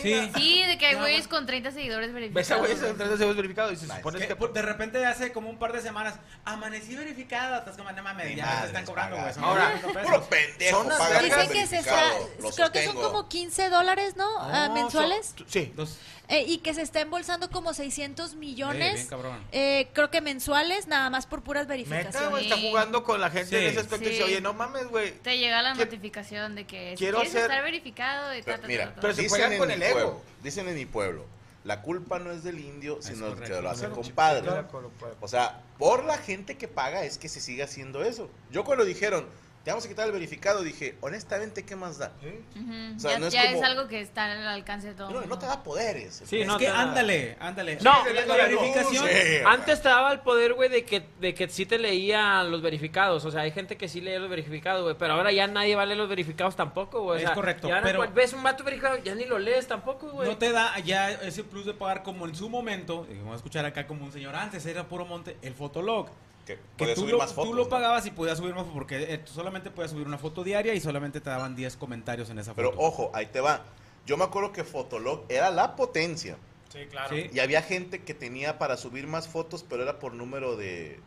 [SPEAKER 6] Sí.
[SPEAKER 7] Sí, de que hay
[SPEAKER 6] Ya,
[SPEAKER 7] güeyes con 30 seguidores
[SPEAKER 3] ¿Ves a
[SPEAKER 7] verificados.
[SPEAKER 3] güeyes en redes sociales verificados? Y se supone
[SPEAKER 6] Que
[SPEAKER 5] este
[SPEAKER 3] que... pues,
[SPEAKER 6] por- Eh, de repente hace como un par de semanas amanecí verificado, estás como, no mames,
[SPEAKER 5] Ni
[SPEAKER 6] ya te
[SPEAKER 5] madres,
[SPEAKER 6] están cobrando, güey.
[SPEAKER 5] pagas.
[SPEAKER 6] son
[SPEAKER 3] Ahora,
[SPEAKER 6] 90 pesos.
[SPEAKER 5] Puro pendejo.
[SPEAKER 3] Son las
[SPEAKER 5] paga
[SPEAKER 10] Dicen
[SPEAKER 5] por
[SPEAKER 10] que se está,
[SPEAKER 5] verificado, lo
[SPEAKER 10] creo que son
[SPEAKER 5] sostengo.
[SPEAKER 10] como 15 dólares, ¿no? Ah,
[SPEAKER 3] No,
[SPEAKER 10] mensuales.
[SPEAKER 3] son- Sí.
[SPEAKER 6] Dos.
[SPEAKER 10] Eh, y que se está embolsando como 600
[SPEAKER 6] Eh, bien
[SPEAKER 10] millones,
[SPEAKER 6] cabrón.
[SPEAKER 10] eh, creo que mensuales, nada más por puras
[SPEAKER 3] Meta,
[SPEAKER 10] verificaciones.
[SPEAKER 3] güey, está jugando con la gente
[SPEAKER 6] Sí.
[SPEAKER 3] en ese aspecto y dice,
[SPEAKER 7] Sí.
[SPEAKER 3] oye, no mames, güey.
[SPEAKER 7] Te llega la
[SPEAKER 3] Quiero-
[SPEAKER 7] notificación de que si
[SPEAKER 3] quiero
[SPEAKER 7] quieres
[SPEAKER 3] hacer-
[SPEAKER 7] estar verificado y ta,
[SPEAKER 5] Pero
[SPEAKER 7] ta, ta,
[SPEAKER 5] mira,
[SPEAKER 7] ta, ta.
[SPEAKER 3] Pero se
[SPEAKER 5] dicen
[SPEAKER 3] juegan
[SPEAKER 5] en
[SPEAKER 3] con
[SPEAKER 5] mi
[SPEAKER 3] el ego.
[SPEAKER 5] pueblo, dicen en mi pueblo, la culpa no es del indio, sino del que
[SPEAKER 6] correcto.
[SPEAKER 5] lo hace el
[SPEAKER 6] Claro,
[SPEAKER 5] compadre.
[SPEAKER 3] Claro, con lo cual.
[SPEAKER 5] O sea, por la gente que paga es que se sigue haciendo eso. Yo cuando dijeron, Te vamos a quitar el verificado. Dije, honestamente, ¿qué más da?
[SPEAKER 7] Ujú,
[SPEAKER 5] O sea,
[SPEAKER 7] ya
[SPEAKER 5] no es
[SPEAKER 7] ya
[SPEAKER 5] como-
[SPEAKER 7] es algo que está al alcance de todo.
[SPEAKER 5] No, no te da poderes.
[SPEAKER 6] Sí, no,
[SPEAKER 8] Es
[SPEAKER 6] es
[SPEAKER 8] que
[SPEAKER 6] que ándale, ándale.
[SPEAKER 8] No,
[SPEAKER 6] la
[SPEAKER 8] no,
[SPEAKER 6] verificación.
[SPEAKER 5] Sí.
[SPEAKER 8] Antes te daba el poder, güey, de que, de que sí te leía los verificados. O sea, hay gente que sí lee los verificados, güey. Pero ahora ya nadie va a leer los verificados tampoco, güey. O
[SPEAKER 6] Es
[SPEAKER 8] sea,
[SPEAKER 6] correcto,
[SPEAKER 8] Ya no-
[SPEAKER 6] pero-
[SPEAKER 8] ves un vato verificado, ya ni lo lees tampoco, güey.
[SPEAKER 6] No te da ya ese plus de pagar como en su momento. y Vamos a escuchar acá como un señor antes, era puro monte, el fotolog.
[SPEAKER 5] Que
[SPEAKER 6] Que
[SPEAKER 5] puedes
[SPEAKER 6] tú
[SPEAKER 5] subir
[SPEAKER 6] lo,
[SPEAKER 5] más fotos.
[SPEAKER 6] tú lo
[SPEAKER 5] ¿no?
[SPEAKER 6] pagabas y podías subir más porque eh, tú solamente podías subir una foto diaria y solamente te daban 10 comentarios en esa
[SPEAKER 5] Pero
[SPEAKER 6] foto.
[SPEAKER 5] ojo, ahí te va. Yo me acuerdo que Fotolog era la potencia.
[SPEAKER 3] pues,
[SPEAKER 11] Sí, claro.
[SPEAKER 6] Sí.
[SPEAKER 5] Y había gente que tenía para subir más fotos, pero era por número de,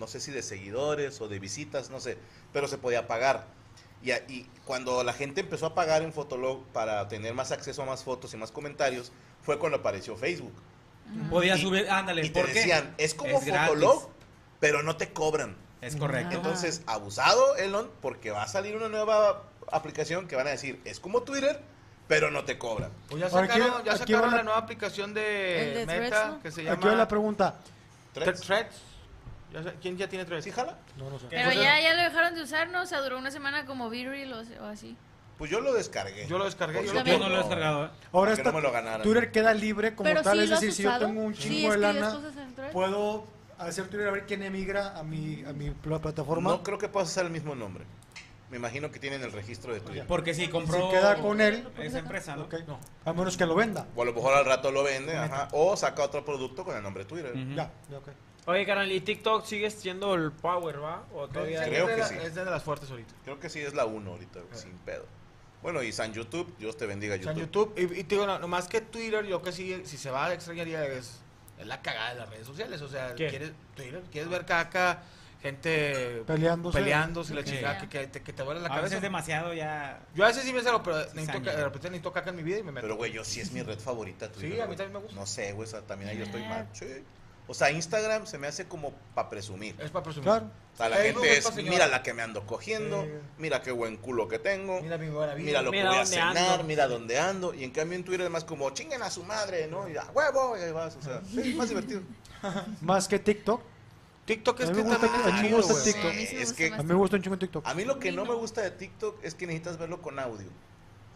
[SPEAKER 5] no sé si de seguidores o de visitas, no sé, pero se podía pagar. Y, a- y cuando la gente empezó a pagar en Fotolog para tener más acceso a más fotos y más comentarios, fue cuando apareció Facebook.
[SPEAKER 6] Podías
[SPEAKER 5] y-
[SPEAKER 6] subir, ándale,
[SPEAKER 5] y te
[SPEAKER 6] ¿por qué?
[SPEAKER 5] decían, es como
[SPEAKER 6] Es gratis.
[SPEAKER 5] Fotolog, pero no te cobran.
[SPEAKER 6] Es correcto.
[SPEAKER 5] Entonces, abusado, Elon, porque va a salir una nueva aplicación que van a decir, es como Twitter, pero no te cobran.
[SPEAKER 9] Pues ya
[SPEAKER 4] Ahora, aquí-
[SPEAKER 9] sacaron, ya
[SPEAKER 4] aquí
[SPEAKER 9] sacaron
[SPEAKER 4] va la-
[SPEAKER 9] la nueva aplicación
[SPEAKER 10] ¿El
[SPEAKER 9] de
[SPEAKER 10] de Threads,
[SPEAKER 9] Meta
[SPEAKER 10] no?
[SPEAKER 9] que se
[SPEAKER 4] Aquí va la
[SPEAKER 9] llama
[SPEAKER 4] pregunta.
[SPEAKER 9] Thre-
[SPEAKER 5] Threads.
[SPEAKER 9] Threads. Ya sa- ¿Quién ya tiene Threads?
[SPEAKER 5] ¿Sí jala?
[SPEAKER 4] No, no sé.
[SPEAKER 7] Pero
[SPEAKER 5] pues, eh.
[SPEAKER 7] ya, ya lo dejaron de usar, ¿no? O sea, duró una semana como B-Reel o, o así.
[SPEAKER 5] Pues yo lo descargué.
[SPEAKER 9] Yo lo descargué.
[SPEAKER 5] Por
[SPEAKER 9] yo
[SPEAKER 7] Yo
[SPEAKER 9] lo
[SPEAKER 7] también.
[SPEAKER 6] Yo
[SPEAKER 5] supuesto.
[SPEAKER 6] no lo he descargado, ¿eh?
[SPEAKER 4] Ahora
[SPEAKER 5] Porque no
[SPEAKER 4] está,
[SPEAKER 5] me lo ganaron.
[SPEAKER 4] Twitter queda libre como
[SPEAKER 10] Pero
[SPEAKER 4] tal,
[SPEAKER 10] sí
[SPEAKER 4] es
[SPEAKER 10] lo has
[SPEAKER 4] decir, si yo
[SPEAKER 10] usado.
[SPEAKER 4] tengo un
[SPEAKER 10] Sí,
[SPEAKER 4] chingo de
[SPEAKER 10] escribes
[SPEAKER 4] lana,
[SPEAKER 10] cosas en Threads.
[SPEAKER 4] puedo hacer Twitter a ver quién emigra a mi, a mi pl- plataforma.
[SPEAKER 5] No creo que puedas usar el mismo nombre. Me imagino que tienen el registro de Twitter.
[SPEAKER 6] Porque si compró
[SPEAKER 4] Se queda con él.
[SPEAKER 6] esa empresa, ¿no?
[SPEAKER 4] Ok, no. A menos que lo venda.
[SPEAKER 5] O a lo mejor al rato lo vende, ajá, o saca otro producto con el nombre Twitter.
[SPEAKER 6] Ujú.
[SPEAKER 4] Ya, ya, ok.
[SPEAKER 8] Oye, carnal, ¿y TikTok sigue siendo el power, va? ¿O todavía
[SPEAKER 5] Pues
[SPEAKER 9] Es
[SPEAKER 5] Creo
[SPEAKER 9] de
[SPEAKER 5] que
[SPEAKER 9] la-
[SPEAKER 5] sí.
[SPEAKER 9] Es de las fuertes ahorita.
[SPEAKER 5] Creo que sí es la 1 ahorita, güey, sin pedo. Bueno, y San YouTube, Dios te bendiga
[SPEAKER 9] O sea,
[SPEAKER 5] YouTube.
[SPEAKER 9] en YouTube, y, y te digo, no, nomás que Twitter, yo que sí, si se va, extrañaría, es, es la cagada de las redes sociales. O sea,
[SPEAKER 8] ¿Qué?
[SPEAKER 9] quieres Twitter, quieres ver caca, gente
[SPEAKER 4] Peleándose.
[SPEAKER 9] peleándose, la
[SPEAKER 6] Sí.
[SPEAKER 9] chingada, que, que te, que te vuela la
[SPEAKER 6] a veces
[SPEAKER 9] cabeza.
[SPEAKER 6] es demasiado ya.
[SPEAKER 9] Yo a veces sí pienso, pero necesito,
[SPEAKER 6] Cizaña.
[SPEAKER 9] ca- de repente necesito caca en mi vida y me meto.
[SPEAKER 5] Pero, güey, yo sí es mi red favorita Twitter.
[SPEAKER 9] Sí, a mí
[SPEAKER 5] güey.
[SPEAKER 9] también me gusta.
[SPEAKER 5] No sé, güey, o sea, también ahí yo
[SPEAKER 6] Eh.
[SPEAKER 5] estoy mal. Sí. O sea, Instagram se me hace como para presumir.
[SPEAKER 9] es para presumir.
[SPEAKER 4] Claro.
[SPEAKER 5] O sea, la
[SPEAKER 9] Facebook
[SPEAKER 5] gente
[SPEAKER 9] es pa'
[SPEAKER 5] es,
[SPEAKER 9] señora.
[SPEAKER 5] mira la que me ando cogiendo,
[SPEAKER 4] Sí.
[SPEAKER 5] mira qué buen culo que tengo.
[SPEAKER 9] Mira mi buena vida.
[SPEAKER 5] Mira lo
[SPEAKER 8] Mira
[SPEAKER 5] que voy a
[SPEAKER 8] dónde
[SPEAKER 5] cenar,
[SPEAKER 8] ando.
[SPEAKER 5] mira dónde ando. Y en cambio en Twitter es más como chinguen a su madre, ¿no? Y a huevo, y ahí vas, o sea, sí, más divertido.
[SPEAKER 4] Más que TikTok.
[SPEAKER 9] TikTok es
[SPEAKER 4] A mí
[SPEAKER 9] que
[SPEAKER 4] me gusta
[SPEAKER 9] también
[SPEAKER 4] TikTok,
[SPEAKER 9] está
[SPEAKER 4] a mí me
[SPEAKER 9] chido,
[SPEAKER 4] gusta
[SPEAKER 9] güey.
[SPEAKER 4] TikTok.
[SPEAKER 7] Sí, a mí sí me
[SPEAKER 5] Es
[SPEAKER 7] gusta
[SPEAKER 5] que
[SPEAKER 7] más
[SPEAKER 4] A mí me gusta un chingo en TikTok.
[SPEAKER 5] a mí lo que no
[SPEAKER 7] A mí
[SPEAKER 5] me
[SPEAKER 7] no.
[SPEAKER 5] gusta de TikTok es que necesitas verlo con audio.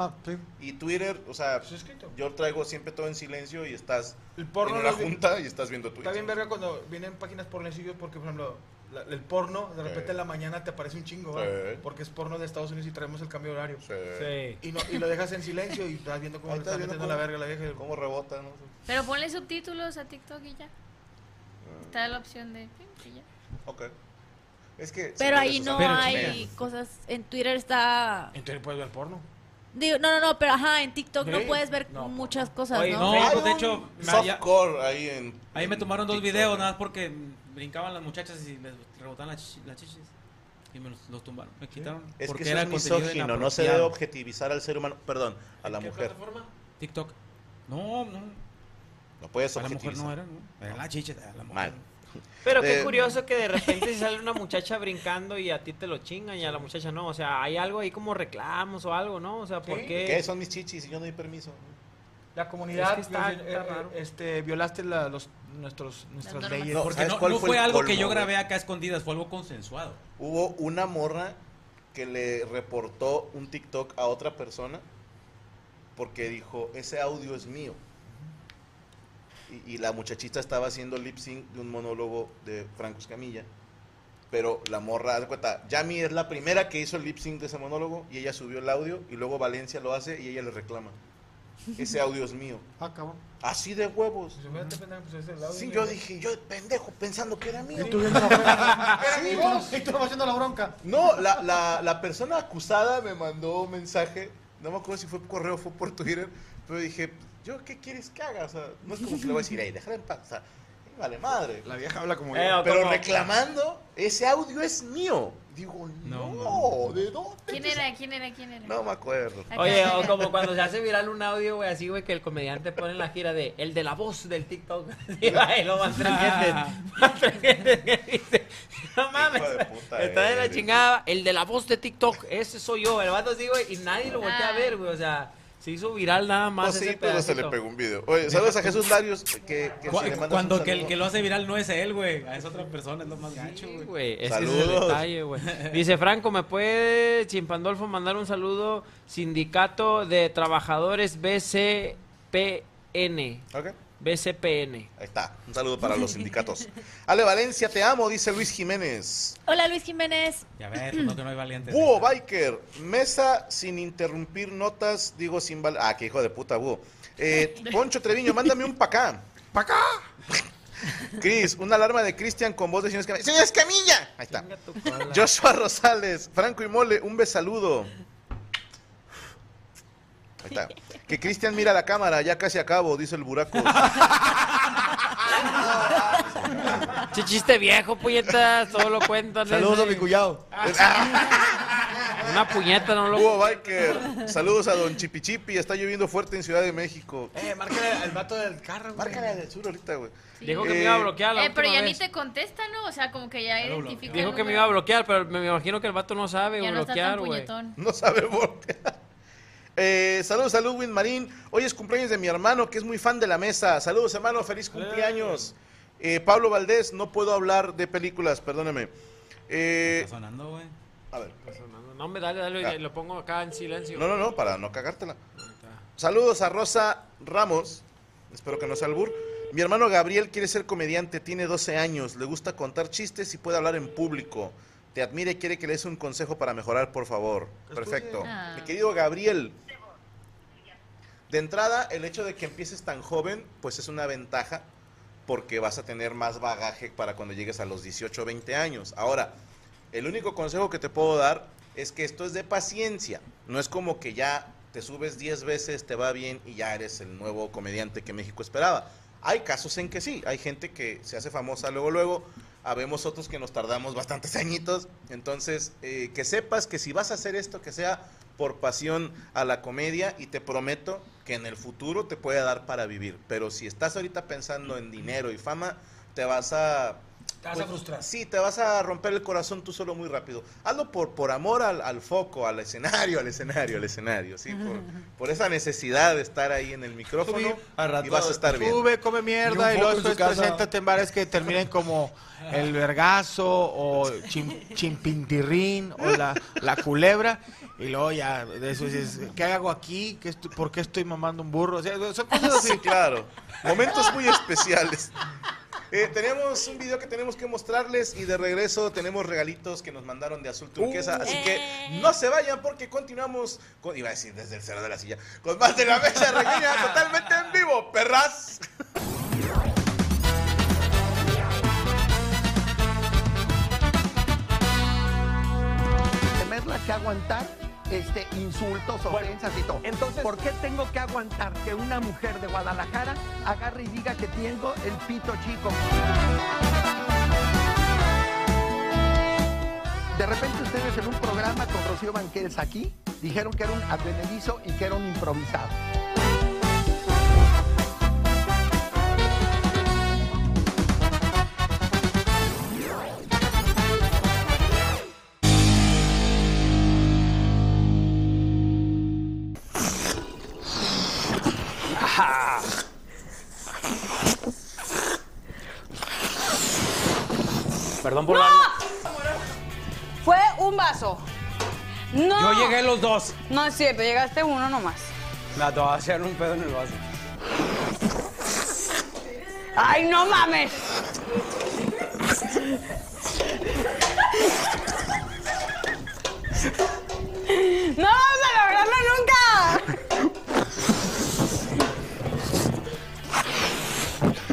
[SPEAKER 4] Ah, sí.
[SPEAKER 5] Y Twitter, o sea,
[SPEAKER 9] Pues es que t-
[SPEAKER 5] yo traigo siempre todo en silencio y estás
[SPEAKER 9] El
[SPEAKER 5] en
[SPEAKER 9] porno
[SPEAKER 5] una
[SPEAKER 9] no es-
[SPEAKER 5] junta pues. y estás viendo Twitter.
[SPEAKER 9] Está bien verga cuando vienen páginas pornecillos porque, por ejemplo, la- el porno de repente
[SPEAKER 5] Sí.
[SPEAKER 9] en la mañana te aparece un chingo,
[SPEAKER 5] Sí.
[SPEAKER 9] ¿verdad? Porque es porno de Estados Unidos y traemos el cambio de horario.
[SPEAKER 5] Sí.
[SPEAKER 9] Y, no- y lo dejas en silencio y estás viendo cómo
[SPEAKER 5] Ahí
[SPEAKER 9] le
[SPEAKER 5] estás
[SPEAKER 9] está
[SPEAKER 5] viendo
[SPEAKER 9] metiendo
[SPEAKER 5] cómo,
[SPEAKER 9] la verga a la vieja. y-
[SPEAKER 5] cómo rebota, ¿no?
[SPEAKER 7] Pero ponle subtítulos a TikTok y ya. Está la opción de... pim, y ya.
[SPEAKER 5] Ok. Es que...
[SPEAKER 10] Pero
[SPEAKER 5] sí,
[SPEAKER 10] ahí
[SPEAKER 5] o
[SPEAKER 10] no
[SPEAKER 5] sea,
[SPEAKER 10] hay cosas. En Twitter está.
[SPEAKER 9] En Twitter puedes ver porno.
[SPEAKER 10] Digo, no, no, no, pero ajá, en TikTok no
[SPEAKER 9] Sí.
[SPEAKER 10] puedes ver
[SPEAKER 9] No,
[SPEAKER 10] muchas cosas,
[SPEAKER 8] Oye,
[SPEAKER 10] ¿no?
[SPEAKER 6] No,
[SPEAKER 5] Hay
[SPEAKER 6] pues de
[SPEAKER 5] un
[SPEAKER 6] hecho, me- ya-
[SPEAKER 5] Softcore ahí en...
[SPEAKER 6] ahí me
[SPEAKER 5] en
[SPEAKER 6] tomaron dos
[SPEAKER 5] TikTok.
[SPEAKER 6] videos nada más porque mm, brincaban las muchachas y les rebotaban las, chi- las chichis. Y me los, los tumbaron, me quitaron.
[SPEAKER 5] Es que
[SPEAKER 6] porque
[SPEAKER 5] eso
[SPEAKER 6] era
[SPEAKER 5] es
[SPEAKER 6] contenido
[SPEAKER 5] misógino, no se
[SPEAKER 6] inapropiado.
[SPEAKER 5] debe objetivizar al ser humano, perdón, a la mujer.
[SPEAKER 6] TikTok. No, no.
[SPEAKER 5] No puedes
[SPEAKER 6] A la mujer no
[SPEAKER 5] objetivizar.
[SPEAKER 6] era, ¿no? Era la chicha, era la mujer.
[SPEAKER 5] Mal.
[SPEAKER 8] Pero qué
[SPEAKER 5] Eh,
[SPEAKER 8] curioso que de repente sale una muchacha brincando y a ti te lo chingan y a la muchacha no. O sea, hay algo ahí como reclamos o algo, ¿no? O sea, ¿por
[SPEAKER 9] Sí.
[SPEAKER 8] qué?
[SPEAKER 5] ¿Qué? Son mis chichis y yo no doy permiso.
[SPEAKER 9] La comunidad,
[SPEAKER 8] Es que está-
[SPEAKER 9] eh, eh,
[SPEAKER 8] está raro.
[SPEAKER 9] este, violaste la- los, nuestros, nuestras
[SPEAKER 7] normas.
[SPEAKER 9] leyes.
[SPEAKER 5] No,
[SPEAKER 6] Porque
[SPEAKER 5] ¿sabes
[SPEAKER 6] no,
[SPEAKER 5] cuál
[SPEAKER 6] no
[SPEAKER 5] fue
[SPEAKER 6] fue,
[SPEAKER 5] el
[SPEAKER 6] algo que
[SPEAKER 5] colmo,
[SPEAKER 6] yo
[SPEAKER 5] güey?
[SPEAKER 6] grabé acá a escondidas, fue algo consensuado.
[SPEAKER 5] Hubo una morra que le reportó un TikTok a otra persona porque dijo, ese audio es mío. Y, y la muchachita estaba haciendo lip sync de un monólogo de Franco Escamilla. Pero la morra, haz de cuenta, Yami es la primera que hizo el lip sync de ese monólogo y ella subió el audio y luego Valencia lo hace y ella le reclama. Ese audio es mío.
[SPEAKER 4] Ah, cabrón.
[SPEAKER 5] Así de huevos.
[SPEAKER 9] Pues, imagínate, pendejo, pues, es el audio,
[SPEAKER 5] Sí,
[SPEAKER 9] güey.
[SPEAKER 5] yo dije, yo pendejo pensando que era mío.
[SPEAKER 4] Y tú viendo la
[SPEAKER 5] Era mi voz.
[SPEAKER 4] Y tú vas haciendo la bronca.
[SPEAKER 5] No, la, la, la persona acusada me mandó un mensaje. No me acuerdo si fue por correo o fue por Twitter. Pero dije, ¿yo qué quieres que haga? O sea, no es como que le voy a decir, ahí, déjala en paz. O sea, "Ey, vale madre.
[SPEAKER 9] La
[SPEAKER 5] vieja habla como
[SPEAKER 8] yo. Eh, o
[SPEAKER 5] Pero
[SPEAKER 8] como-
[SPEAKER 5] reclamando, ese audio es mío. Digo,
[SPEAKER 6] No,
[SPEAKER 5] no,
[SPEAKER 6] no.
[SPEAKER 5] ¿de dónde?
[SPEAKER 7] ¿Quién era? ¿Quién era? ¿Quién era?
[SPEAKER 5] No me acuerdo.
[SPEAKER 7] Acá.
[SPEAKER 8] Oye, o como cuando se hace viral un audio, güey, así, güey, que el comediante pone en la gira de el de la voz del TikTok. Y va, y lo
[SPEAKER 6] Ah.
[SPEAKER 8] van tres gentes. Van tres gentes que dice, no mames.
[SPEAKER 5] Hijo de puta eh,
[SPEAKER 8] Está de la
[SPEAKER 5] eres".
[SPEAKER 6] Ah.
[SPEAKER 8] chingada. El de la voz de TikTok, ese soy yo. El vato así, güey, y nadie lo voltea a
[SPEAKER 7] Ay.
[SPEAKER 8] ver, güey. O sea, Se hizo viral nada más.
[SPEAKER 5] Pues sí,
[SPEAKER 8] ese
[SPEAKER 5] pero se le
[SPEAKER 8] pedacito.
[SPEAKER 5] pegó un video. Oye, saludos a Jesús Larios. Que, que
[SPEAKER 6] Cu-
[SPEAKER 5] si le mandas
[SPEAKER 6] Cuando
[SPEAKER 5] un
[SPEAKER 6] que el
[SPEAKER 5] saludo.
[SPEAKER 6] que lo hace viral no es él, güey. Es otra persona, es lo más gacho, güey.
[SPEAKER 8] güey. Ese es el
[SPEAKER 5] Saludos.
[SPEAKER 8] detalle, güey. Dice Franco, ¿me puede Chimpandolfo mandar un saludo? Sindicato de Trabajadores BCPN.
[SPEAKER 5] Ok, ahí
[SPEAKER 8] BCPN.
[SPEAKER 5] está. Un saludo para los sindicatos. Ale Valencia, te amo, dice Luis Jiménez.
[SPEAKER 10] Hola Luis Jiménez.
[SPEAKER 6] Ya ves, no que no hay valientes.
[SPEAKER 5] Búho Biker, mesa sin interrumpir notas, digo sin val... Ah, qué hijo de puta, Búho. Eh, Poncho Treviño, mándame un pa' acá. ¿Pa' acá? Cris, una alarma de Cristian con voz de señor Escamilla. ¡Señor Escamilla! Ahí está.
[SPEAKER 8] Chinga tu cola.
[SPEAKER 5] Joshua Rosales, Franco y Mole, un besaludo. Ahí está. Que Cristian mira la cámara, ya casi acabo, dice el buraco.
[SPEAKER 8] Che chiste viejo, puñetas. Todo lo cuentan.
[SPEAKER 4] Saludos a
[SPEAKER 8] ese.
[SPEAKER 4] mi cuñado.
[SPEAKER 8] Una puñeta, no lo.
[SPEAKER 5] Búho Biker, saludos a Don Chipichipi, está lloviendo fuerte en Ciudad de México.
[SPEAKER 9] Eh, márcale al vato del carro, güey.
[SPEAKER 5] Márcale del sur ahorita, güey.
[SPEAKER 8] Dijo que
[SPEAKER 5] Eh,
[SPEAKER 8] me iba a bloquear la
[SPEAKER 7] Eh, pero
[SPEAKER 8] última
[SPEAKER 7] ya
[SPEAKER 8] vez.
[SPEAKER 7] ni te contesta, ¿no? O sea, como que ya
[SPEAKER 6] lo
[SPEAKER 7] identifica.
[SPEAKER 8] Dijo
[SPEAKER 7] el
[SPEAKER 8] que me
[SPEAKER 7] número.
[SPEAKER 8] iba a bloquear, pero me imagino que el vato no sabe
[SPEAKER 7] Ya no está tan
[SPEAKER 8] bloquear, güey.
[SPEAKER 7] puñetón.
[SPEAKER 5] No sabe voltear. Eh, saludos a Ludwin Marín. Hoy es cumpleaños de mi hermano, que es muy fan de la mesa. Saludos, hermano. Feliz cumpleaños. Eh, Pablo Valdés, no puedo hablar de películas, perdóneme. Eh,
[SPEAKER 6] Está sonando, güey.
[SPEAKER 5] a ver.
[SPEAKER 8] No, me dale, dale,
[SPEAKER 5] Ah.
[SPEAKER 8] lo pongo acá en silencio.
[SPEAKER 5] No, no, no, para no cagártela. Saludos a Rosa Ramos. Espero que no sea albur. Mi hermano Gabriel quiere ser comediante, tiene 12 años, le gusta contar chistes y puede hablar en público. Te admira y quiere que le des un consejo para mejorar, por favor. Perfecto.
[SPEAKER 7] Ah.
[SPEAKER 5] Mi querido Gabriel, de entrada, el hecho de que empieces tan joven, pues es una ventaja porque vas a tener más bagaje para cuando llegues a los 18 o 20 años. Ahora, el único consejo que te puedo dar es que esto es de paciencia. No es como que ya te subes 10 veces, te va bien y ya eres el nuevo comediante que México esperaba. Hay casos en que sí, hay gente que se hace famosa luego, luego. Habemos otros que nos tardamos bastantes añitos. Entonces, eh, que sepas que si vas a hacer esto, que sea por pasión a la comedia y te prometo que en el futuro te puede dar para vivir. Pero si estás ahorita pensando en dinero y fama, te vas a
[SPEAKER 9] Te vas a
[SPEAKER 5] pues,
[SPEAKER 9] frustrar.
[SPEAKER 5] Sí, te vas a romper el corazón tú solo muy rápido. Hazlo por, por amor al, al foco, al escenario, al escenario, al escenario, sí, por, por esa necesidad de estar ahí en el micrófono
[SPEAKER 9] Subí,
[SPEAKER 4] al rato
[SPEAKER 5] y vas a estar bien.
[SPEAKER 9] Sube, come mierda
[SPEAKER 4] Y un foco
[SPEAKER 9] y, luego
[SPEAKER 4] en su
[SPEAKER 9] después
[SPEAKER 4] casa.
[SPEAKER 9] preséntate en bares que terminen como el vergazo o chim- chimpintirrín o la, la culebra. Y luego ya, de eso dices, ¿qué hago aquí? ¿Qué estu- ¿Por qué estoy mamando un burro? O sea, son cosas así.
[SPEAKER 5] Sí, claro. Momentos muy especiales. Eh, tenemos un video que tenemos que mostrarles y de regreso tenemos regalitos que nos mandaron de azul turquesa. así que no se vayan porque continuamos con, iba a decir desde el cerro de la silla, con más de la mesa reñida totalmente en vivo, perras.
[SPEAKER 11] tenerla que aguantar este, insultos, ofensas y
[SPEAKER 8] eh,
[SPEAKER 11] todo. Entonces, ¿por qué tengo que aguantar que una mujer de Guadalajara agarre y diga que tengo el pito chico? De repente ustedes en un programa con Rocío Banquels aquí dijeron que era un advenedizo y que era un improvisado.
[SPEAKER 8] Perdón por la.
[SPEAKER 12] Fue un vaso. No.
[SPEAKER 13] Yo llegué los dos.
[SPEAKER 12] No es cierto, llegaste uno nomás.
[SPEAKER 13] Me acabo de hacer un pedo en el vaso.
[SPEAKER 12] ¡Ay, no mames! ¡No vamos a lograrlo nunca!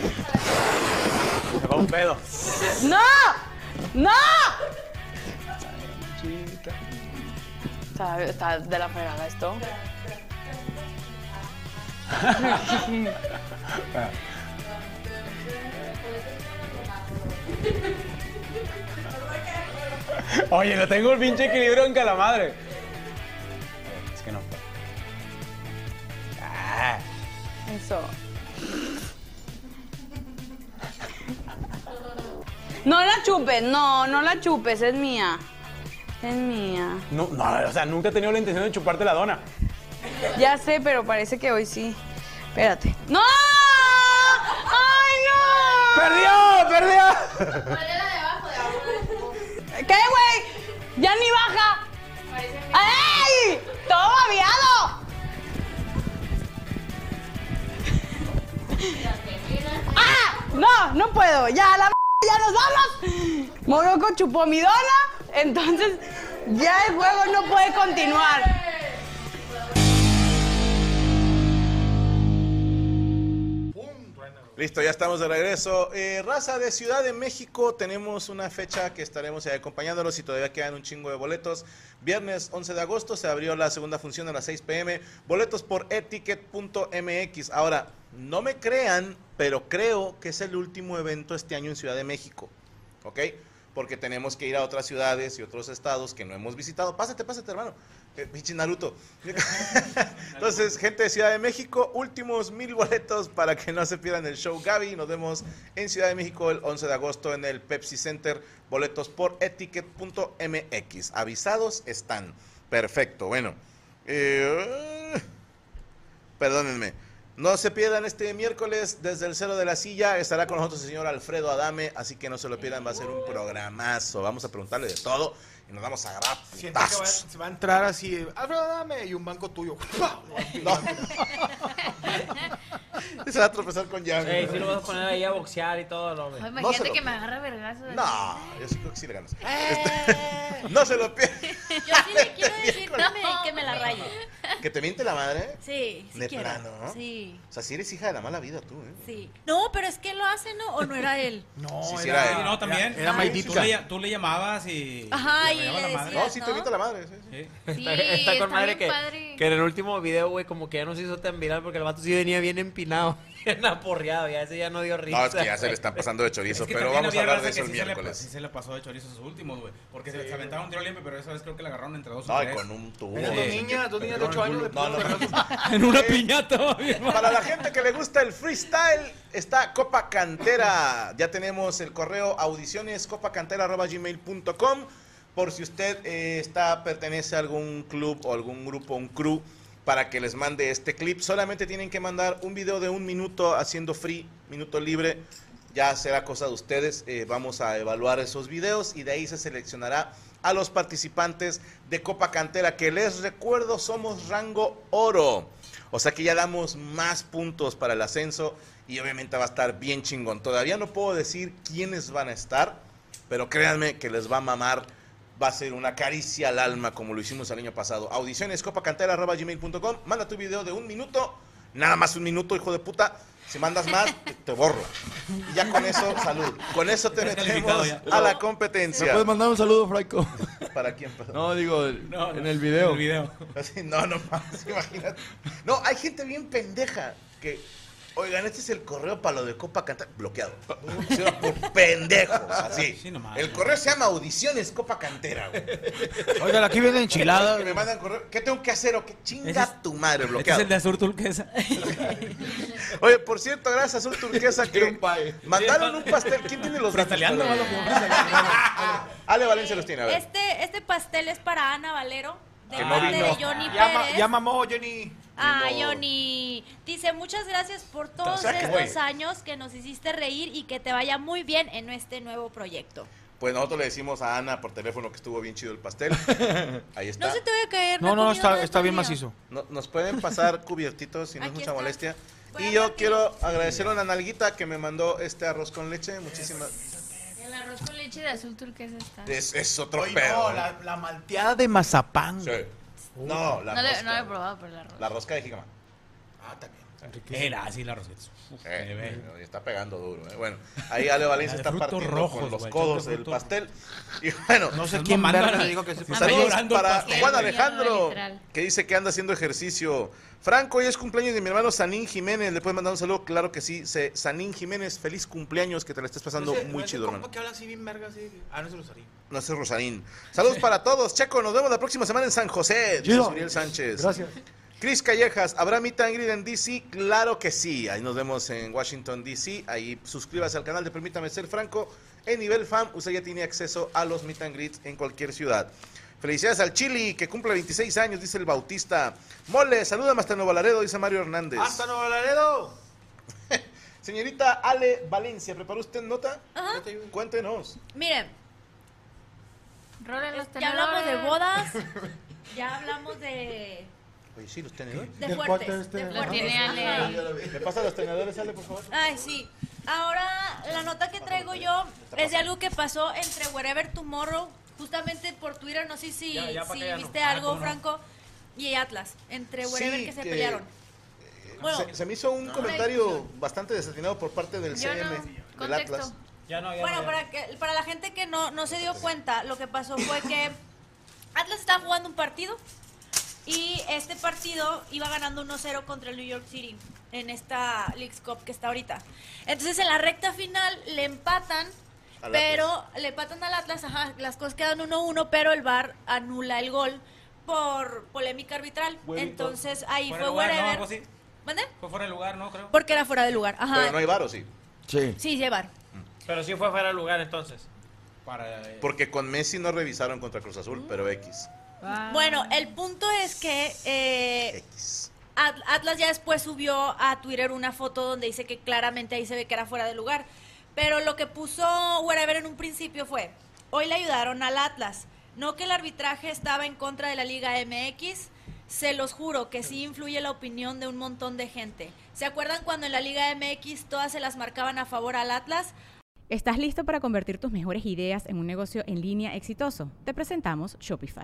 [SPEAKER 13] Me va un pedo.
[SPEAKER 12] ¡No! ¡No! Está, está de la fregada esto.
[SPEAKER 13] Oye, no tengo el pinche equilibrio en calamadre. Es que no. Ah,
[SPEAKER 12] Eso. No la chupes, no, no la chupes, es mía. Es mía.
[SPEAKER 13] no, no, o sea, nunca he tenido la intención de chuparte la dona.
[SPEAKER 12] Ya sé, pero parece que hoy sí. Espérate. ¡No! ¡Ay,
[SPEAKER 9] no! ¡Perdió! ¡Perdió!
[SPEAKER 12] ¿Qué, güey? ¡Ya ni baja! ¡Ay! ¡Todo aviado! ¡Ah! No, no puedo. Ya, la m- ya nos vamos. Morocco chupó mi dona. Entonces, ya el juego no puede continuar.
[SPEAKER 5] Listo, ya estamos de regreso. Eh, raza de Ciudad de México, tenemos una fecha que estaremos ahí acompañándolos y todavía quedan un chingo de boletos. Viernes 11 de agosto se abrió la segunda función a las 6 pm. Boletos por eticket.mx. Ahora, no me crean, pero creo que es el último evento este año en Ciudad de México. ¿Ok? Porque tenemos que ir a otras ciudades y otros estados que no hemos visitado. Pásate, pásate, hermano. Eh, pinche Naruto. Entonces, gente de Ciudad de México, últimos mil boletos para que no se pierdan el show Gaby. Nos vemos en Ciudad de México el 11 de agosto en el Pepsi Center. Boletos por eticket.mx. Avisados están. Perfecto, bueno. eh, perdónenme. No se pierdan este miércoles desde el Cero de la Silla. Estará con nosotros el señor Alfredo Adame, así que no se lo pierdan. Va a ser un programazo. Vamos a preguntarle de todo y nos vamos a agarrar.
[SPEAKER 9] Siento que va-
[SPEAKER 5] putazos.
[SPEAKER 9] se va a entrar así, Alfredo, dame, y un banco tuyo.
[SPEAKER 5] Se va a tropezar con llave.
[SPEAKER 8] Sí, sí lo vas a poner ahí a boxear y todo, no, hombre.
[SPEAKER 7] Ay,
[SPEAKER 5] No se
[SPEAKER 7] imagínate
[SPEAKER 5] lo-
[SPEAKER 7] que me agarra vergazo. de-
[SPEAKER 5] No, yo sí creo que sí le ganas. Este, no se lo pierdan.
[SPEAKER 10] Yo sí le quiero decir que me, que me la raye.
[SPEAKER 5] Que te miente la madre.
[SPEAKER 10] Sí, sí
[SPEAKER 5] de
[SPEAKER 10] quiero.
[SPEAKER 5] plano, ¿no?
[SPEAKER 10] Sí,
[SPEAKER 5] O sea, si eres hija de la mala vida tú, ¿eh?
[SPEAKER 10] sí. No, pero es que lo hace, ¿no? ¿O no era él?
[SPEAKER 9] No,
[SPEAKER 5] Sí, sí
[SPEAKER 6] era,
[SPEAKER 5] era él.
[SPEAKER 3] Ah,
[SPEAKER 6] no, también. Ah,
[SPEAKER 9] Era- era maldita.
[SPEAKER 6] Tú le, ll- tú le llamabas y.
[SPEAKER 10] Ajá, y
[SPEAKER 6] rayaba
[SPEAKER 10] le
[SPEAKER 6] la madre. Eh,
[SPEAKER 10] decías, No, sí te ¿no?
[SPEAKER 5] miente la madre. Sí,
[SPEAKER 8] Está, está
[SPEAKER 10] está
[SPEAKER 8] con madre
[SPEAKER 10] bien
[SPEAKER 8] que,
[SPEAKER 10] padre.
[SPEAKER 8] que en el último video, güey, como que ya no se hizo tan viral porque el vato sí venía bien empinado, bien aporreado, ya ese ya no dio risa.
[SPEAKER 5] No, es que ya se le están pasando de
[SPEAKER 6] Es
[SPEAKER 5] chorizo,
[SPEAKER 6] que
[SPEAKER 5] pero
[SPEAKER 6] también
[SPEAKER 5] vamos a
[SPEAKER 6] había
[SPEAKER 5] hablar
[SPEAKER 6] raza
[SPEAKER 5] de
[SPEAKER 6] que
[SPEAKER 5] eso el
[SPEAKER 6] sí se le-
[SPEAKER 5] miércoles.
[SPEAKER 6] Sí se le pasó de chorizo esos últimos, güey. Porque se-
[SPEAKER 5] Sí.
[SPEAKER 6] se aventaron un tiro limpio, pero esa vez creo que le agarraron entre dos o
[SPEAKER 5] No, y
[SPEAKER 6] tres.
[SPEAKER 5] con un tubo.
[SPEAKER 6] Eran
[SPEAKER 5] Sí.
[SPEAKER 6] Pero con el culo. No, no,
[SPEAKER 5] En una piñata. Para la gente que le gusta el freestyle, está Copa Cantera. Ya tenemos el correo audiciones copacantera.gmail.com por si usted eh, está pertenece a algún club o algún grupo, un crew, para que les mande este clip. Solamente tienen que mandar un video de un minuto haciendo free, minuto libre. Ya será cosa de ustedes. Eh, vamos a evaluar esos videos y de ahí se seleccionará a los participantes de Copa Cantera, que les recuerdo somos rango oro. O sea que ya damos más puntos para el ascenso y obviamente va a estar bien chingón. Todavía no puedo decir quiénes van a estar, pero créanme que les va a mamar. Va a ser una caricia al alma como lo hicimos el año pasado. Audiciones copacantera.gmail.com. Manda tu video de un minuto. Nada más un minuto, hijo de puta. Si mandas más, te- te borro. Y ya con eso, salud. Con eso te
[SPEAKER 14] Estás
[SPEAKER 5] metemos
[SPEAKER 14] calificado ya.
[SPEAKER 5] a la competencia.
[SPEAKER 14] ¿Me puedes mandar un saludo, Franco?
[SPEAKER 5] ¿Para quién? perdón?
[SPEAKER 14] No, digo, el-
[SPEAKER 5] No, no,
[SPEAKER 14] en el video.
[SPEAKER 5] en el video. Así, no, no más, imagínate. No, hay gente bien pendeja que. Oigan, este es el correo para lo de Copa Cantera. Bloqueado. Sí, por pendejos, así. el correo se llama Audiciones Copa Cantera, güey.
[SPEAKER 9] Oigan, aquí vienen enchiladas.
[SPEAKER 5] Que me mandan correo. ¿Qué tengo que hacer o qué chinga
[SPEAKER 9] Ese es-
[SPEAKER 5] tu madre?
[SPEAKER 9] este
[SPEAKER 5] Bloqueado.
[SPEAKER 9] es el de
[SPEAKER 6] azul turquesa.
[SPEAKER 5] Oye, por cierto, gracias a Azul Turquesa que mandaron un pastel. ¿Quién tiene los
[SPEAKER 6] Frastaleando,
[SPEAKER 5] datos? Ale Valencia los tiene, a ver.
[SPEAKER 10] Este, este pastel es para Ana Valero, de
[SPEAKER 5] Que no
[SPEAKER 10] parte de
[SPEAKER 5] vino.
[SPEAKER 10] Johnny
[SPEAKER 5] Ya ma-
[SPEAKER 10] Pérez.
[SPEAKER 9] Ya mamó, Johnny.
[SPEAKER 10] Ah,
[SPEAKER 9] Ni modo.
[SPEAKER 10] Johnny. Dice, muchas gracias por todos
[SPEAKER 5] sea que,
[SPEAKER 10] estos
[SPEAKER 5] güey.
[SPEAKER 10] años que nos hiciste reír y que te vaya muy bien en este nuevo proyecto.
[SPEAKER 5] Pues nosotros le decimos a Ana por teléfono que estuvo bien chido el pastel. Ahí está.
[SPEAKER 10] No se te vaya a caer.
[SPEAKER 9] No,
[SPEAKER 10] he
[SPEAKER 9] no,
[SPEAKER 10] comido
[SPEAKER 9] está,
[SPEAKER 10] nada
[SPEAKER 9] está bien
[SPEAKER 10] todavía.
[SPEAKER 9] macizo.
[SPEAKER 5] No- nos pueden pasar cubiertitos si no es
[SPEAKER 10] Aquí
[SPEAKER 5] mucha
[SPEAKER 10] está.
[SPEAKER 5] molestia. Y yo quiero agradecer a una nalguita que me mandó este arroz con leche. Muchísimas.
[SPEAKER 7] El arroz con leche de azul turquesa está.
[SPEAKER 5] Es, es otro
[SPEAKER 9] Oye,
[SPEAKER 5] pedo.
[SPEAKER 4] Oh,
[SPEAKER 9] no, la, la malteada de mazapán.
[SPEAKER 5] No, la
[SPEAKER 7] no, le-
[SPEAKER 5] rosca.
[SPEAKER 7] no lo he probado, pero el arroz.
[SPEAKER 5] La rosca de jicama.
[SPEAKER 9] Ah, también.
[SPEAKER 6] Era así ah, la rosqueta.
[SPEAKER 5] Eh, no, está pegando duro. eh. Bueno, ahí Ale Valencia
[SPEAKER 6] La de
[SPEAKER 5] está
[SPEAKER 6] frutos
[SPEAKER 5] partiendo
[SPEAKER 6] rojos,
[SPEAKER 5] con los
[SPEAKER 6] güey,
[SPEAKER 5] codos
[SPEAKER 6] chocolate
[SPEAKER 5] del
[SPEAKER 6] frutos.
[SPEAKER 5] pastel. Y bueno,
[SPEAKER 9] No sé quién
[SPEAKER 5] verga
[SPEAKER 9] verga
[SPEAKER 5] le
[SPEAKER 9] dijo que sí.
[SPEAKER 5] Saludos
[SPEAKER 9] Está
[SPEAKER 5] para
[SPEAKER 9] pastel,
[SPEAKER 5] Juan
[SPEAKER 9] güey.
[SPEAKER 5] Alejandro,
[SPEAKER 7] Literal.
[SPEAKER 5] que dice que anda haciendo ejercicio. Franco, hoy es cumpleaños de mi hermano Sanín Jiménez. ¿Le puedes mandar un saludo? Claro que sí. Se- Sanín Jiménez, feliz cumpleaños, que te la estés pasando
[SPEAKER 9] Ese-
[SPEAKER 5] muy
[SPEAKER 9] ese
[SPEAKER 5] chido,
[SPEAKER 9] compa
[SPEAKER 5] hermano.
[SPEAKER 9] que habla así bien verga, así. Ah, no es Rosarín.
[SPEAKER 5] No sé, Rosarín. Saludos para todos. Checo, nos vemos la próxima semana en San José. Dice
[SPEAKER 9] Chido.
[SPEAKER 5] Uriel Sánchez.
[SPEAKER 9] Gracias.
[SPEAKER 5] Cris Callejas, ¿habrá Meet and Greet en DC? Claro que sí. Ahí nos vemos en Washington, DC. Ahí suscríbase al canal de Permítame Ser Franco. En nivel fan, usted ya tiene acceso a los Meet and Greets en cualquier ciudad. Felicidades al Chili, que cumple 26 años, dice el Bautista. Mole, salúdame hasta Nuevo Laredo, dice Mario Hernández.
[SPEAKER 3] ¡Hasta Nuevo Laredo!
[SPEAKER 5] Señorita Ale Valencia, ¿preparó usted nota? Cuéntenos.
[SPEAKER 10] Miren.
[SPEAKER 7] los
[SPEAKER 10] ya hablamos de
[SPEAKER 7] tenedores.
[SPEAKER 10] bodas. ya hablamos de.
[SPEAKER 5] Oye, sí, los tenedores.
[SPEAKER 10] De Del fuertes, cuate este, de ¿no? fuertes. Lo tiene Ale ahí.
[SPEAKER 5] ¿Me pasa los tenedores, Ale, por favor?
[SPEAKER 10] Ay, sí. Ahora, la nota que Ah, traigo yo es de algo que pasó entre Wherever Tomorrow, justamente por Twitter, no sé si,
[SPEAKER 5] Ya, ya, pa'
[SPEAKER 10] si
[SPEAKER 5] que ya no.
[SPEAKER 10] viste
[SPEAKER 5] Ah,
[SPEAKER 10] algo,
[SPEAKER 5] ¿cómo no?
[SPEAKER 10] Franco, y Atlas, entre Wherever
[SPEAKER 5] Sí,
[SPEAKER 10] que se
[SPEAKER 5] que- eh,
[SPEAKER 10] pelearon. Bueno,
[SPEAKER 5] se, se me hizo un
[SPEAKER 10] no.
[SPEAKER 5] comentario bastante desatinado por parte del
[SPEAKER 10] Yo no.
[SPEAKER 5] CM, del
[SPEAKER 10] Contexto.
[SPEAKER 5] Atlas.
[SPEAKER 6] Ya no,
[SPEAKER 10] Bueno, para, que, para la gente que no, no se dio cuenta, lo que pasó fue que Atlas estaba jugando un partido y este partido iba ganando 1-0 contra el New York City en esta Leagues Cup que está ahorita. Entonces en la recta final le empatan,
[SPEAKER 7] Al
[SPEAKER 10] pero le empatan al Atlas, ajá, las cosas quedan 1-1, pero el VAR anula el gol por polémica arbitral.
[SPEAKER 6] Huevito.
[SPEAKER 10] Entonces ahí
[SPEAKER 6] Fuera
[SPEAKER 10] fue
[SPEAKER 6] de lugar, ¿no?
[SPEAKER 10] wherever.
[SPEAKER 6] Algo así.
[SPEAKER 10] ¿Mande?
[SPEAKER 6] Fue fuera de lugar, ¿no? Creo.
[SPEAKER 10] Porque era fuera de lugar. Ajá.
[SPEAKER 5] Pero no hay varo, sí.
[SPEAKER 14] Sí.
[SPEAKER 10] Sí, llevar.
[SPEAKER 8] Pero sí fue fuera de lugar entonces.
[SPEAKER 5] Porque con Messi no revisaron contra Cruz Azul, pero X.
[SPEAKER 10] Mm. Bueno, el punto es que eh, At- Atlas ya después subió a Twitter una foto donde dice que claramente ahí se ve que era fuera de lugar. Pero lo que puso Wherever en un principio fue, hoy le ayudaron al Atlas. No que el arbitraje estaba en contra de la Liga MX, se los juro que sí influye la opinión de un montón de gente. ¿Se acuerdan cuando en la Liga MX todas se las marcaban a favor al Atlas?
[SPEAKER 2] ¿Estás listo para convertir tus mejores ideas en un negocio en línea exitoso? Te presentamos Shopify.